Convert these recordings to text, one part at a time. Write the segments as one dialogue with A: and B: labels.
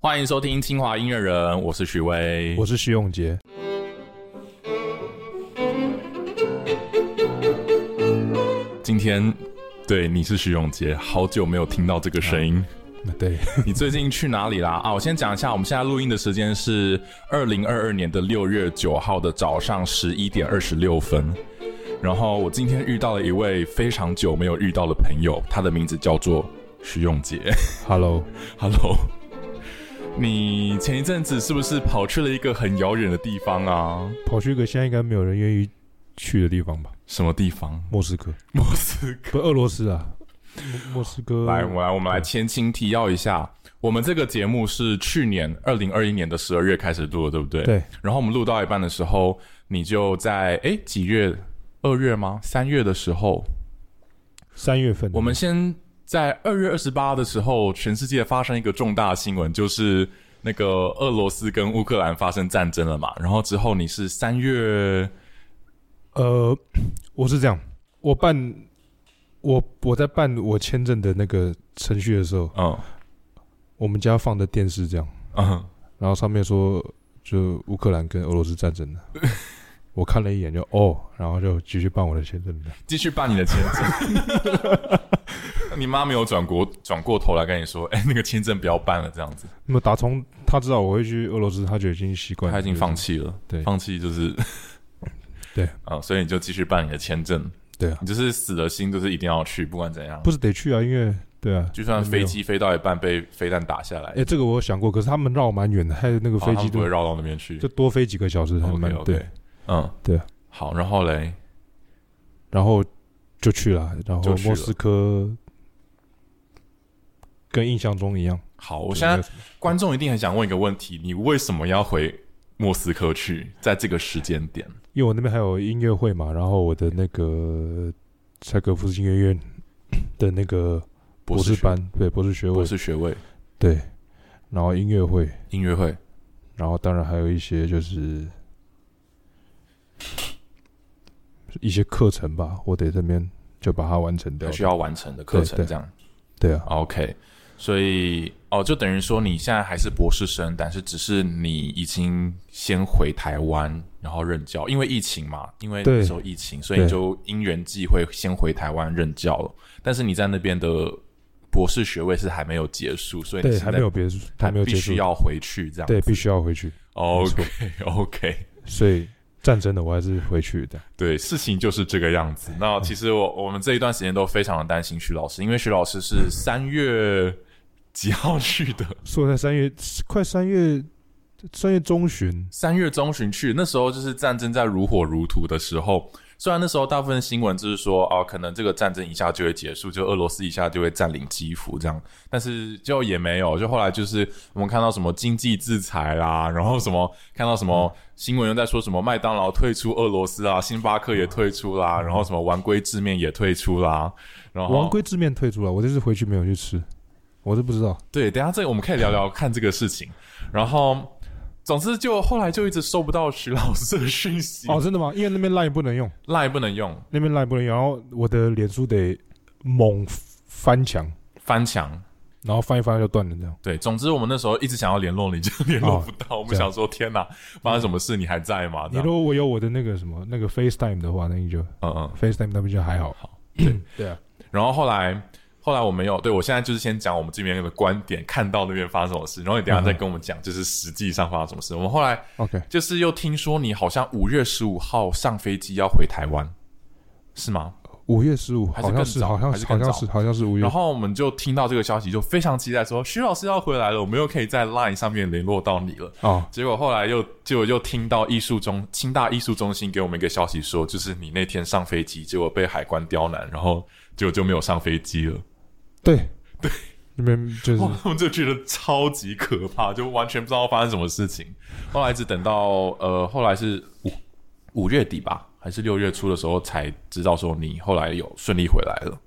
A: 欢迎收听清华音乐人，我是许巍，
B: 我是徐永杰。
A: 今天对你是徐永杰，好久没有听到这个声音。
B: 对，
A: 你最近去哪里啦？啊，我先讲一下，我们现在录音的时间是二零二二年的六月九号的早上十一点二十六分。然后我今天遇到了一位非常久没有遇到的朋友，他的名字叫做徐永杰。
B: Hello，
A: Hello，你前一阵子是不是跑去了一个很遥远的地方啊？
B: 跑去一个现在应该没有人愿意去的地方吧？
A: 什么地方？
B: 莫斯科，
A: 莫斯科。
B: 不，俄罗斯啊，莫莫斯科。
A: 来，我来，我们来前情提要一下，我们这个节目是去年二零二一年的十二月开始录的，对不对？
B: 对。
A: 然后我们录到一半的时候，你就在哎几月？二月吗？三月的时候，
B: 三月份，
A: 我们先在二月二十八的时候，全世界发生一个重大新闻，就是那个俄罗斯跟乌克兰发生战争了嘛。然后之后你是三月
B: 呃，我是这样，我办我我在办我签证的那个程序的时候，
A: 嗯
B: 我们家放的电视这样，
A: 嗯，
B: 然后上面说就乌克兰跟俄罗斯战 争的，我看了一眼就哦，然后就继续办我的签证了。
A: 继续办你的签证。 你妈没有转过转过头来跟你说，哎、那个签证不要办了，这样子，
B: 那么打从他知道我会去俄罗斯，他就已经习惯了，
A: 她已经放弃了，
B: 对
A: 放弃就是
B: 对
A: 啊，所以你就继续办你的签证，
B: 对啊
A: 你就是死了心，就是一定要去，不管怎样，
B: 不是得去啊，因为对啊，
A: 就算
B: 没
A: 飞
B: 有
A: 机飞到一半被飞弹打下来，
B: 哎、这个我有想过，可是他们绕蛮远的，还有那个
A: 哦
B: 飞
A: 他
B: 机
A: 们不
B: 都
A: 会绕到那边去
B: 就，多飞几个小时，还蛮
A: OK，OK
B: 对。
A: 嗯，
B: 对啊，
A: 好，然后嘞，
B: 然后就去了，然后
A: 就去了
B: 莫斯科跟印象中一样。
A: 好，我
B: 就
A: 现
B: 没有
A: 在
B: 什么
A: 观众一定很想问一个问题，你为什么要回莫斯科去，在这个时间点？
B: 因为我那边还有音乐会嘛，然后我的那个柴可夫斯基音乐院的那个博士
A: 学
B: 班，对博士学
A: 博
B: 位，
A: 士学位，
B: 对，然后音乐会，
A: 音乐会，
B: 然后当然还有一些就是一些课程吧，我得这边就把它完成掉
A: 还。需要完成的课程
B: 对对
A: 这样。
B: 对啊，
A: OK，所以哦，就等于说你现在还是博士生，但是只是你已经先回台湾，然后任教，因为疫情嘛，因为
B: 对
A: 那时候疫情，所以你
B: 对
A: 就因缘际会先回台湾任教了。但是你在那边的博士学位是还没有结束，所以你
B: 对，
A: 现
B: 还
A: 在
B: 没有别还没有
A: 必
B: 结
A: 须
B: 束，
A: 要回去这样。
B: 对，必须要回去。
A: ，OK OK。
B: 所以战争的我还是回去的。
A: 对，事情就是这个样子。那其实我我们这一段时间都非常的担心徐老师，因为徐老师是三月几号去的？
B: 是我在三月快三月三月中旬，
A: 三月中旬去，那时候就是战争在如火如荼的时候。虽然那时候大部分新闻就是说，哦，可能这个战争一下就会结束，就俄罗斯一下就会占领基辅这样，但是就也没有。就后来就是我们看到什么经济制裁啦，然后什么 看到什么新闻又在说什么麦当劳退出俄罗斯啊，星巴克也退出啦，然后什么丸龟制面也退出啦，然后
B: 王龟之面退出了，我这次回去没有去吃，我都不知道。
A: 对，等一下这个我们可以聊聊看这个事情。然后，总之就后来就一直收不到徐老师的讯息，
B: 哦，真的吗？因为那边 line 不能用，
A: 赖不能用，
B: 那边 line 不能用，然后我的脸书得猛翻墙，
A: 翻墙。
B: 然后翻一翻就断了，这样。
A: 对，总之我们那时候一直想要联络你， 就联络不到。我们
B: 这样
A: 想说，天哪，发生什么事？你还在吗？这
B: 哦你
A: 样
B: 如果我有我的那个什么那个 FaceTime 的话，那你就
A: 嗯嗯。
B: FaceTime 那边就还好。好，对啊，
A: 然后后来，后来我没有。对我现在就是先讲我们这边的观点，看到那边发生什么事，然后你等一下再跟我们
B: 嗯
A: 讲，就是实际上发生什么事。我们后来
B: OK，
A: 就是又听说你好像五月十五号上飞机要回台湾，是吗？
B: 五月十五
A: 还是
B: 好像
A: 更
B: 是
A: 早
B: 好像
A: 还是
B: 好
A: 更
B: 像
A: 早
B: 是好像是五月
A: 然，后我们就听到这个消息，就非常期待说徐老师要回来了，我们又可以在 LINE 上面联络到你了。
B: 哦，
A: 结果后来又结果又听到艺术中清大艺术中心给我们一个消息说，就是你那天上飞机，结果被海关刁难，然后结果就没有上飞机了。
B: 对对，那边就是
A: 哇，我们就觉得超级可怕，就完全不知道发生什么事情。后来一直等到呃，后来是五五月底吧，还是六月初的时候才知道说你后来有顺利回来了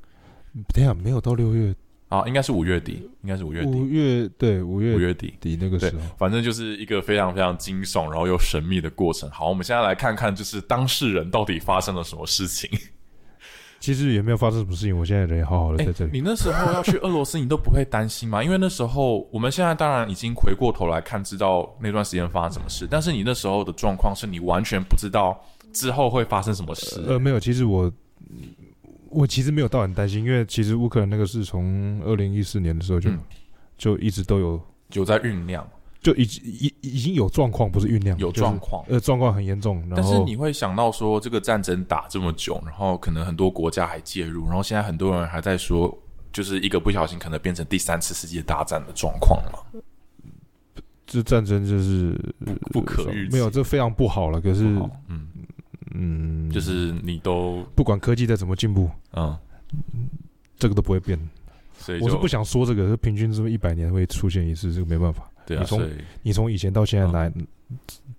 B: 等一下没有到六月，
A: 啊，应该是五月底，应该是五月
B: 五
A: 底，
B: 月对五
A: 五
B: 月
A: 月底。
B: 底那个
A: 对
B: 时候，，
A: 反正就是一个非常非常惊悚，然后又 神秘的过程。好，我们现在来看看，就是当事人到底发生了什么事情。
B: 其实也没有发生什么事情，我现在人也好好的在这里。
A: 哎你那时候要去俄罗斯，你都不会担心吗？因为那时候我们现在当然已经回过头来看，知道那段时间发生什么事，但是你那时候的状况是你完全不知道之后会发生什么事。
B: 呃，没有，其实我我其实没有到很担心，因为其实乌克兰那个是从二零一四年的时候就、
A: 嗯
B: 就一直都有，
A: 有在酝酿，
B: 就已经已已经有状况，不是酝酿，
A: 有
B: 就是
A: 状况。
B: 呃状况很严重。然后
A: 但是你会想到说，这个战争打这么久，然后可能很多国家还介入，然后现在很多人还在说，就是一个不小心可能变成第三次世界大战的状况嘛，
B: 这战争就是呃
A: 不可预期。
B: 没有，这非常不好了。可是
A: 不好嗯，
B: 嗯，
A: 就是你都
B: 不管科技再怎么进步，
A: 嗯，
B: 这个都不会变。
A: 所以就
B: 我是不想说这个，平均是不是一百年会出现一次，这个没办法。
A: 对啊，
B: 你从
A: 所以
B: 你从以前到
A: 嗯
B: 现在哪、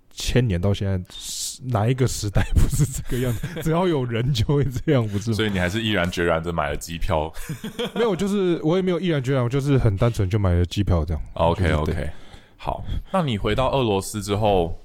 B: 千年到现在，是哪一个时代 不是这个样子？只要有人就会这样，不是吗？
A: 所以你还是毅然决然的买了机 票。
B: 没有，就是我也没有毅然决然，我就是很单纯就买了机票这样。
A: OK
B: 就是对
A: OK，好，那你回到俄罗斯之后，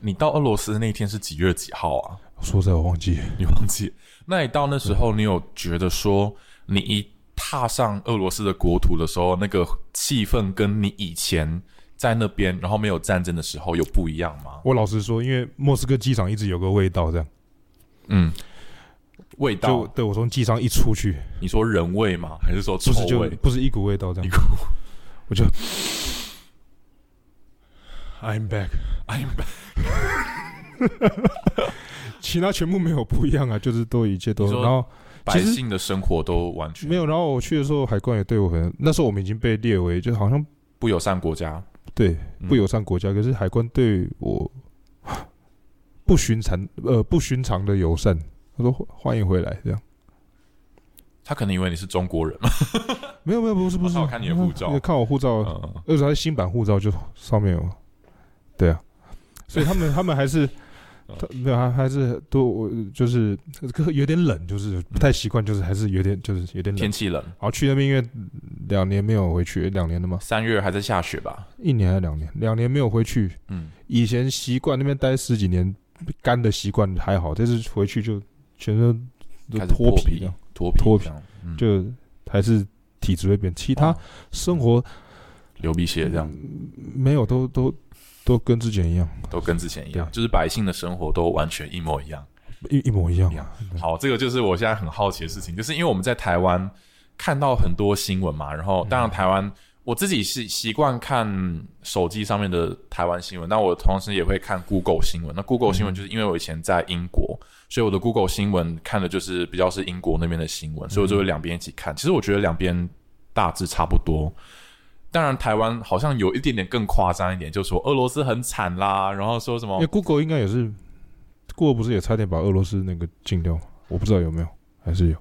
A: 你到俄罗斯那天是几月几号啊？
B: 说实在，我忘记嗯了
A: 你忘记？那你到那时候，你有觉得说，你一踏上俄罗斯的国土的时候，那个气氛跟你以前在那边，然后没有战争的时候有不一样吗？
B: 我老实说，因为莫斯科机场一直有个味道，这样
A: 嗯，味
B: 就
A: 道，
B: 对我从机场一出去，
A: 你说人味吗？还是说臭
B: 不是就
A: 味？
B: 不是一股味道这
A: 一
B: 样
A: 股，
B: 我就 I'm back。
A: 哎，
B: 其他全部没有不一样啊，就是都一切都
A: 你。说
B: 然后
A: 百
B: 其实
A: 姓的生活都完全
B: 没有，然后我去的时候，海关也对我很，那时候我们已经被列为就好像
A: 不友善国家。
B: 对
A: 嗯
B: 不友善国家，可是海关对我不寻常呃不寻常的友善，他说欢迎回来这样。
A: 他可能以为你是中国人嘛，
B: 没有没有不是不是，
A: 他有看你的护照
B: 也看我护照，啊
A: 嗯，
B: 而且他是新版护照就上面有，对啊，所以他 们他们还是。
A: 哦
B: 他没有，还啊还是都我就是有点冷，就是不太习惯，就是还是有点就是有点冷
A: 天。气冷，
B: 然后去那边因为两年没有回去，两年了吗？
A: 三月还在下雪吧？
B: 一年还是两年？两年没有回去，
A: 嗯，
B: 以前习惯那边待十几年，干的习惯还好，这次回去就全身都
A: 开始
B: 脱
A: 脱
B: 皮
A: 皮
B: 这样，
A: 脱皮
B: 脱皮
A: 这样，嗯
B: 就还是体质会变，其他
A: 哦
B: 生活
A: 流鼻血这样。
B: 嗯没有都都都跟之前一样，
A: 都跟之前一样，
B: 对
A: 就是百姓的生活都完全一模一样。
B: 一一模一样啊
A: 一。样好，这个就是我现在很好奇的事情，就是因为我们在台湾看到很多新闻嘛，然后当
B: 嗯
A: 然台湾、我自己是习惯看手机上面的台湾新闻，但我同时也会看 Google 新闻。那 Google
B: 嗯
A: 新闻就是因为我以前在英国，所以我的 Google 新闻看的就是比较是英国那边的新闻，所以我就
B: 嗯
A: 会两边一起看。其实我觉得两边大致差不多。当然，台湾好像有一点点更夸张一点，就说俄罗斯很惨啦，然后说什么
B: 因为 Google 应该也是，Google 不是也差点把俄罗斯那个禁掉吗？我不知道有没有，还是有。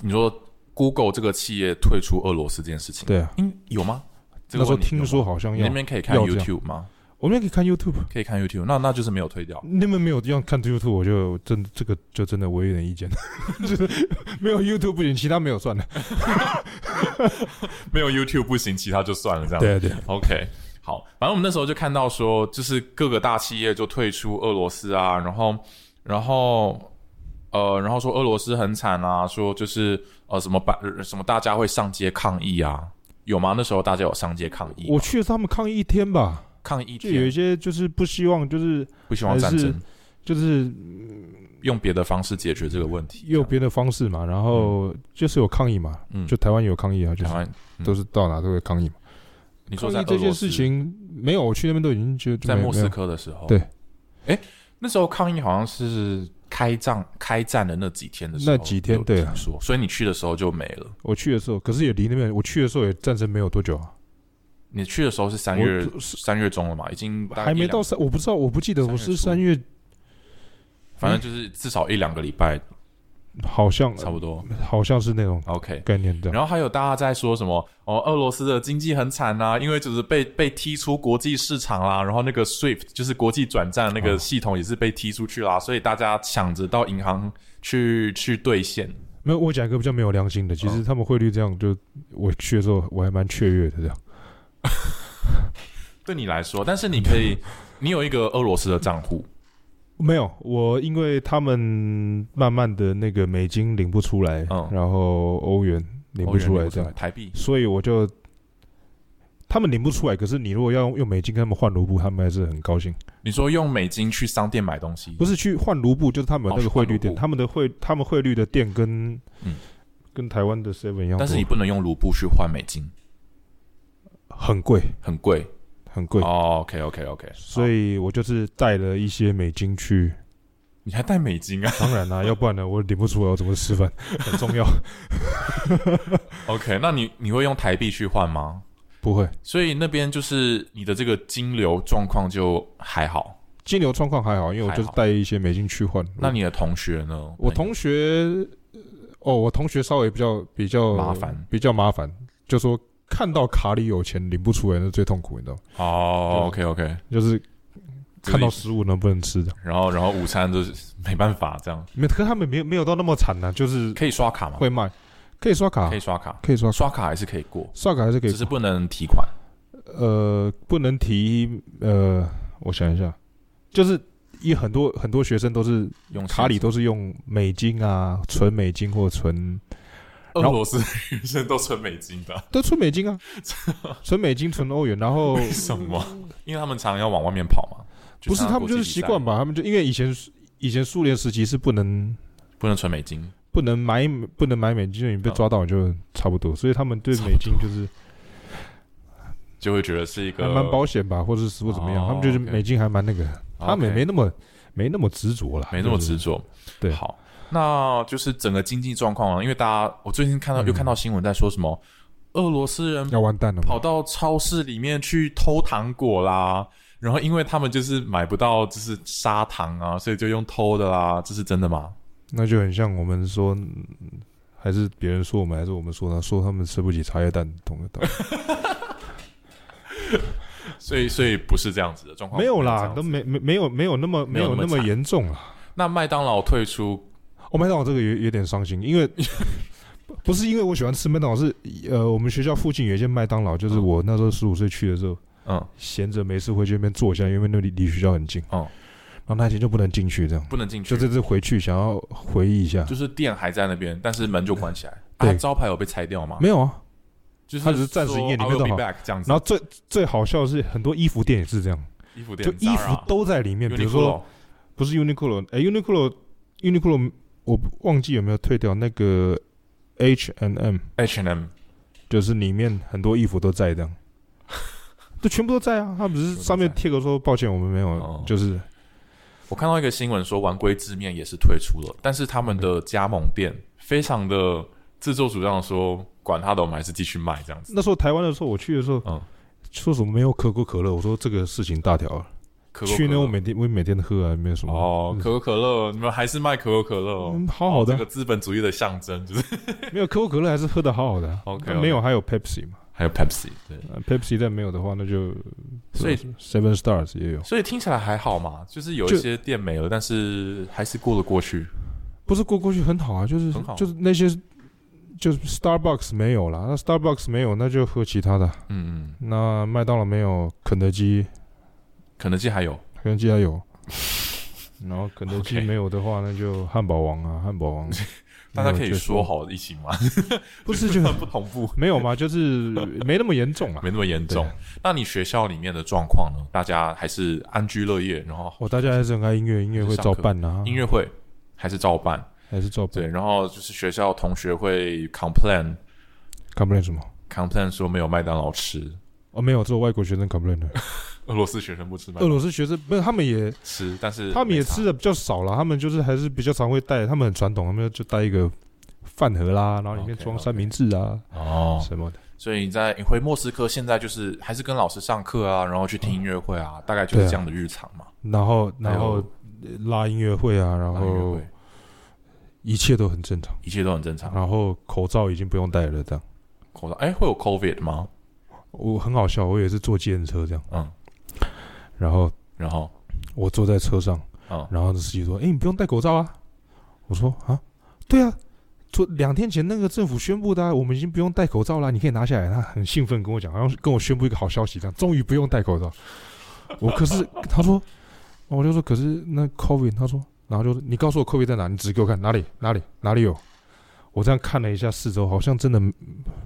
A: 你说 Google 这个企业退出俄罗斯这件事情，
B: 对啊，
A: 应嗯有吗？这
B: 那
A: 个
B: 时候
A: 问题
B: 听
A: 有吗
B: 说好像
A: 你
B: 要
A: 那，边可以看
B: 要这样
A: YouTube 吗？
B: 我们也可以看 YouTube。
A: 可以看 YouTube，那那就是没有退掉。
B: 你们没有要看 YouTube，我就真这个就真的我有点意见， 就是没有 YouTube 不行，其他没有算了。
A: 没有 YouTube 不行，其他就算了这样。
B: 啊对啊，
A: OK，好，反正我们那时候就看到说，就是各个大企业就退出俄罗斯啊，然后，然后，呃，然后说俄罗斯很惨啊，说就是呃什么把什么大家会上街抗议啊，有吗？那时候大家有上街抗议吗，
B: 我去了他们抗议一天吧，
A: 抗议
B: 就有一
A: 天
B: 些就是不希望，就是
A: 不希望战
B: 还是
A: 争，
B: 就是
A: 用别的方式解决这个问题。啊
B: 右边的方式嘛，然后就是有抗议嘛，
A: 嗯
B: 就台湾有抗议啊，就
A: 台
B: 是
A: 湾嗯
B: 都是到哪都会抗议嘛。
A: 你说
B: 抗
A: 在
B: 议
A: 俄
B: 这
A: 罗
B: 件
A: 斯
B: 事情没有，我去那边都已经觉得
A: 在莫斯科
B: 科
A: 的时候，
B: 对，
A: 哎，那时候抗议好像是开战开战的那几天的时候，
B: 那几天
A: 有
B: 对啊
A: 听说，所以你去的时候就没了。
B: 我去的时候，可是也离那边我去的时候也战争没有多久啊，
A: 你去的时候是三月
B: 我是
A: 三月中了嘛，已经大概
B: 还没
A: 一两
B: 到，三，我不知道，我不记得我是
A: 三
B: 三月，
A: 反正就是至少一两个礼拜
B: 好像
A: 差不多。
B: 好像是那种
A: OK，
B: 概念这样。
A: 然后还有大家在说什么哦，俄罗斯的经济很惨啊，因为就是被被踢出国际市场啦、然后那个 SWIFT 就是国际转账那个
B: 哦
A: 系统也是被踢出去啦、所以大家抢着到银行去去兑现。
B: 没有，我讲一个比较没有良心的，其实他们汇率这样就，我去的时候我还蛮雀跃的这样。嗯
A: 对你来说，但是你可以，你有一个俄罗斯的账户，
B: 没有，我因为他们慢慢的那个美金领不出来，
A: 嗯
B: 然后欧哦元领不出
A: 欧元
B: 来，
A: 领
B: 这样，
A: 台币
B: 所以我就他们领不出来。可是你如果要用美金跟他们换卢布，他们还是很高兴。
A: 你说用美金去商店买东西，
B: 不
A: 是
B: 是去换卢布，就是他们有那个汇率店，
A: 哦是换卢布
B: 他们的汇他们汇率的店跟、
A: 嗯
B: 跟台湾的 seven 一样多，
A: 但是你不能用卢布去换美金，
B: 很贵，
A: 很贵。
B: 很贵，
A: 哦，OK 哦 OK OK，
B: 所
A: 以
B: 以我就是带了一些美金去。
A: 你还带美金啊
B: 当然啦、要不然呢，我领不出来，我怎么吃饭？很重要，
A: ？OK，那你你会用台币去换吗？
B: 不会。
A: 所以那边就是你的这个金流状况就还好。
B: 金流状况还好，因为我就是带一些美金去换。
A: 那你的同学呢？
B: 嗯我
A: 朋友
B: 同学，哦，我同学稍微比较比较
A: 麻烦，
B: 比较麻烦，就说看到卡里有钱领不出来，那是最痛苦，你知道吗？嗯
A: 哦，OK OK，
B: 就是看到
A: 就是
B: 食物能不能吃的，
A: 然后然后午餐就是没办法这样，
B: 没，可他们没有没有到那么惨呢、就是
A: 可以刷卡吗？
B: 会卖，可以刷卡
A: 可以，刷卡，
B: 可以刷
A: 刷卡还是可以过，
B: 刷卡还是可以
A: 只，是不能提款。
B: 呃，不能提，呃，我想一下，就是因为很多很多学生都是
A: 用
B: 卡里
A: 现
B: 都是用美金啊，存美金或存
A: 金俄
B: 然后
A: 罗斯女生都存美金 的，
B: 都存美金 啊，存美金存欧元，然后
A: 为什么？因为他们常要往外面跑嘛。去
B: 不是
A: 参加
B: 他们就是
A: 国际比
B: 习
A: 赛
B: 惯，吧，他们就因为以前以前苏联时期是不能
A: 不能存美金。
B: 不能买不能买美金，你被
A: 哦
B: 抓到你就差不多，所以他们对美金就是
A: 就会觉得是一个
B: 还蛮保险吧，或者是或怎么样，
A: 哦
B: 他们就是
A: OK
B: 美金还蛮那个，他们也
A: OK
B: 没那么哦没那么执着啦，
A: 没那么
B: 就是
A: 执着。
B: 对
A: 好，那就是整个经济状况啊，因为大家我最近看到、又看到新闻在说什么俄罗斯人
B: 嗯要完蛋了嘛
A: 跑，到超市里面去偷糖果啦，然后因为他们就是买不到就是砂糖啊，所以就用偷的啦，这是真的吗？
B: 那就很像我们说。嗯还是别人说我们，还是我们说他，说他们吃不起茶叶蛋，懂得 懂？
A: 所以所以不是这样子的状况，
B: 没有
A: 这
B: 啦
A: 样，子
B: 都没没没有没有那么
A: 没
B: 没
A: 有
B: 有
A: 那么
B: 那么
A: 惨
B: 严重啦。
A: 那麦当劳退出
B: 哦，麦当劳这个有有点伤心， 因为不不是因为我喜欢吃麦当劳，是呃，我们学校附近有一间麦当劳，就是
A: 嗯
B: 我那时候十五岁去的时候，
A: 嗯
B: 闲着没事会去那边坐一下，因为那里离学校很近。
A: 哦，
B: 然后那天就不能进去，这样
A: 不能进去，
B: 就这次回去想要回忆一下，
A: 就是店还在那边，但是门就关起来。啊、
B: 对
A: 它招牌有被拆掉吗？
B: 没有啊。
A: 就是
B: 它只是暂时
A: 说
B: 营业里
A: "I
B: 面
A: will
B: 都
A: be
B: 好
A: back 这样子
B: 然。后最最好笑的是，很多衣服店也是这样，
A: 衣服店
B: 就衣服都在里面，比如说不是 Uniqlo，哎，Uniqlo Uniqlo 我忘记有没有退掉那个 H and M。
A: H M
B: 就是里面很多衣服都 在这样，就全部都在啊。他们只是上面贴个说抱歉，我们没有，
A: 哦
B: 就是
A: 我看到一个新闻说，玩龟字面也是退出了，但是他们的加盟店非常的自作主张地说，管他的，我们还是继续卖这样子。
B: 那时候台湾的时候，我去的时候，
A: 嗯
B: 说什么没有可口可乐，我说这个事情大条了。
A: 可口可
B: 去那我
A: 乐
B: 每天我每天喝啊，没有什么
A: 哦，可口可乐，你们还是卖可口可乐哦，
B: 嗯好好的
A: 这个资本主义的象征就是
B: 没有可口可乐还是喝的好好的啊。
A: OK，
B: 那没有还有 Pepsi 嘛
A: 还有 Pepsi 对，
B: 呃，Pepsi 但没有的话，那就
A: 所以
B: Seven Stars 也有，
A: 所以听起来还好嘛，就是有一
B: 就
A: 些店没了，但是还是过得过去。
B: 不是过过去很好啊，就是
A: 很好
B: 就是那些就是 Starbucks 没有啦，那 Starbucks 没有，那就喝其他的啊。
A: 嗯嗯，
B: 那麦当劳没有，肯德基
A: 肯德基还有
B: 肯德基 还有，然后肯德基
A: OK，
B: 没有的话，那就汉堡王啊，汉堡王
A: 大家可
B: 没
A: 以
B: 有就
A: 说，好一起吗？
B: 不是就
A: 不同步，
B: 没有嘛，就是没那么严重啊。
A: 没那么严重
B: 对。
A: 那你学校里面的状况呢？大家还是安居乐业，然后
B: 我哦大家还是很爱音乐，音乐会照办啊，
A: 音乐会还是照办。
B: 还是照办
A: 对，。然后就是学校同学会 complain
B: complain 什么？
A: complain 说没有麦当劳吃，
B: 哦，没有，只有外国学生 complain 的。
A: 俄罗斯学生不吃麦
B: 俄
A: 当劳
B: 罗斯学生没有，他们也
A: 吃，但是
B: 哦他们也
A: 没差
B: 吃的比较少了，他们就是还是比较常会带，他们很传统，他们就带一个饭盒啦，然后里面
A: OK，
B: 装
A: OK
B: 三明治啊
A: 哦。
B: 什么的。
A: 所以你在你回莫斯科，现在就是还是跟老师上课啊，然后去听音乐会啊，大概就是
B: 对啊
A: 这样的日常嘛。
B: 然后
A: 还
B: 然后
A: 有
B: 呃拉音乐会啊，
A: 哎
B: 然
A: 拉音乐
B: 后
A: 会啊
B: 一切都很正常。
A: 一切都很正常。
B: 然后口罩已经不用戴了，这样。
A: 口罩哎，会有 COVID 吗？
B: 我很好笑，我也是坐计程车这样，
A: 嗯，
B: 然后
A: 然后
B: 我坐在车上，
A: 嗯
B: 然后司机说：“哎、你不用戴口罩啊。”我说：“啊，对啊，昨两天前那个政府宣布的、啊，我们已经不用戴口罩啦，你可以拿下来。”他很兴奋跟我讲，好像跟我宣布一个好消息这样，终于不用戴口罩。我可是他说。后我就说，可是那 COVID，他说，然后就你告诉我 COVID 在哪，你指给我看哪里哪里哪里有。我这样看了一下四周，好像真的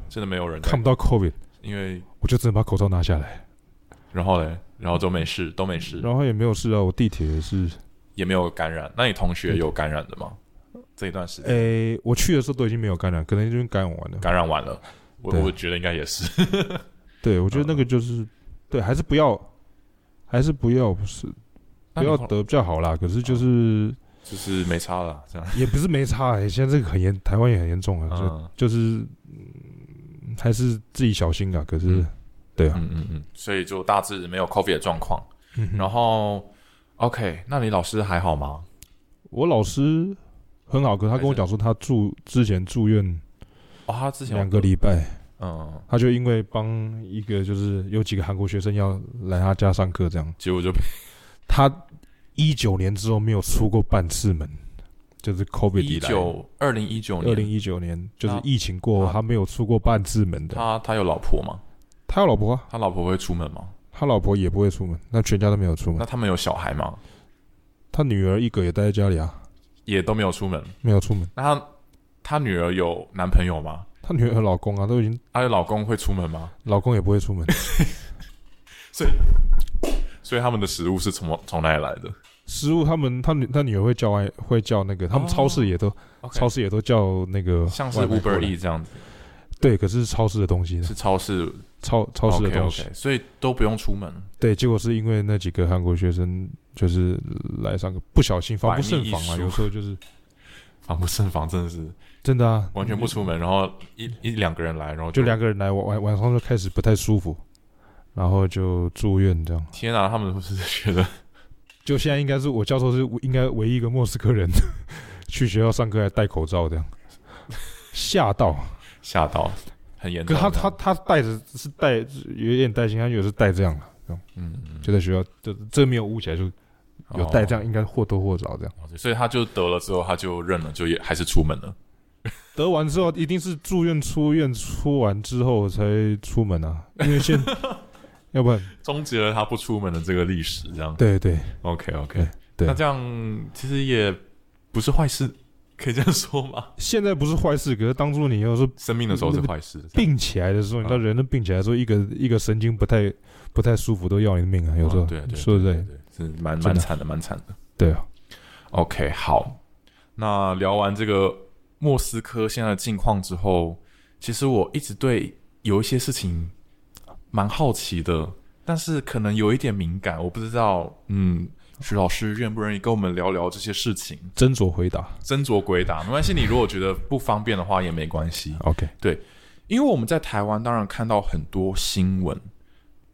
A: 真的没有人在
B: 看不到 COVID，
A: 因为
B: 我就只能把口罩拿下来，
A: 然后嘞，然后都没事，都没事，
B: 嗯然后也没有事啊。我地铁也是，
A: 也没有感染。那你同
B: 嗯
A: 学有感染的吗？这一段时间
B: 诶、我去的时候都已经没有感染，可能已经感染完了。
A: 感染完了，我
B: 对
A: 我觉得应该也 是。
B: 对，我觉得那个
A: 嗯
B: 就是，对，还是不要，还是不要，不是
A: 那
B: 不
A: 你
B: 要
A: 后
B: 得比较好啦。可是就是
A: 就是没差了，这样。
B: 也不是没差、欸，现在这个很严，台湾也很严重啊，
A: 嗯
B: 就就是、嗯还是自己小心啊。可是，
A: 嗯
B: 对啊，
A: 嗯嗯嗯，所以就大致没有 COVID 的状况。
B: 嗯哼
A: 然后 OK，那你老师还好吗？
B: 我老师很好，可是他跟我讲说，他住之前住院
A: 哦，他之前
B: 两个礼拜，
A: 嗯，
B: 他就因为帮一个就是有几个韩国学生要来他家上课，这样
A: 结果就被
B: 他一九年之后没有出过半次门，就是 COVID
A: 一
B: 以来
A: 九二零一九
B: 二零
A: 年，
B: 一九年就是
A: 他
B: 疫情过后，
A: 他
B: 他没有出过半次门的。
A: 他他有老婆吗？
B: 他有老婆啊，
A: 他老婆会出门吗？
B: 他老婆也不会出门，那全家都没有出
A: 那
B: 门。
A: 他们有小孩吗？
B: 他女儿一个也待在家里啊，
A: 也都没有出门。
B: 没有出门。
A: 那他他女儿有男朋友吗？
B: 他女儿和老公啊，都已经
A: 她的老公会出门吗？
B: 老公也不会出 门，
A: 所以他们的食物是从从哪里来的
B: 食物他们他女他女儿会叫外会叫那个，他们
A: 哦
B: 超市也都、
A: ？OK，
B: 超市也都叫那个
A: 像是
B: 外卖过
A: Uber
B: 来
A: E 这样子，
B: 对，可是是超市的东西
A: 是超市
B: 超超市的
A: OK
B: 东西
A: OK，所以都不用出门，
B: 对，结果是因为那几个韩国学生就是来上课不小心防不胜防
A: 百密一
B: 啊，
A: 疏
B: 有时候就是
A: 防不胜防，真的是
B: 真的啊，
A: 完全不出门，然后一一两个人来，然后
B: 就两个人来晚晚晚上就开始不太舒服，然后就住院这样。
A: 天啊，他们是不是觉得
B: 就现在应该是我教授是应该唯一一个莫斯科人 去学校上课还戴口罩这样，吓到。
A: 吓到，很严
B: 可
A: 重
B: 他
A: 这样？
B: 他他戴着是戴有点担心，他有时戴这样了，这样
A: 嗯嗯
B: 就在学校就这没有捂起来就有戴这样，应该或多或少这样。
A: 哦，所以他就得了之后他就认了，就也还是出门了。
B: 得完之后一定是住院出院出完之后才出门啊，因为现要不然
A: 终结了他不出门的这个历史，这样。
B: 对对
A: OK OK，
B: 对对
A: 那这样其实也不是坏事，可以这样说吗？
B: 现在不是坏事，可是当初你要是
A: 生病的时候是坏事，这样
B: 病起来的时候，你知道人都病起来的时候，一个一个神经不太不太舒服都要你的命啊，有时候、
A: 哦对对
B: 说的
A: 对
B: 对
A: 对，是蛮
B: 真
A: 蛮
B: 的
A: 惨的，蛮惨的。
B: 对啊，
A: OK，好，那聊完这个莫斯科现在的近况之后，其实我一直对有一些事情蛮好奇的，但是可能有一点敏感，我不知道，嗯，徐老师愿不愿意跟我们聊聊这些事情？
B: 斟酌回答。
A: 斟酌归答，没关系，你如果觉得不方便的话也没关系。
B: OK，
A: 因为我们在台湾当然看到很多新闻，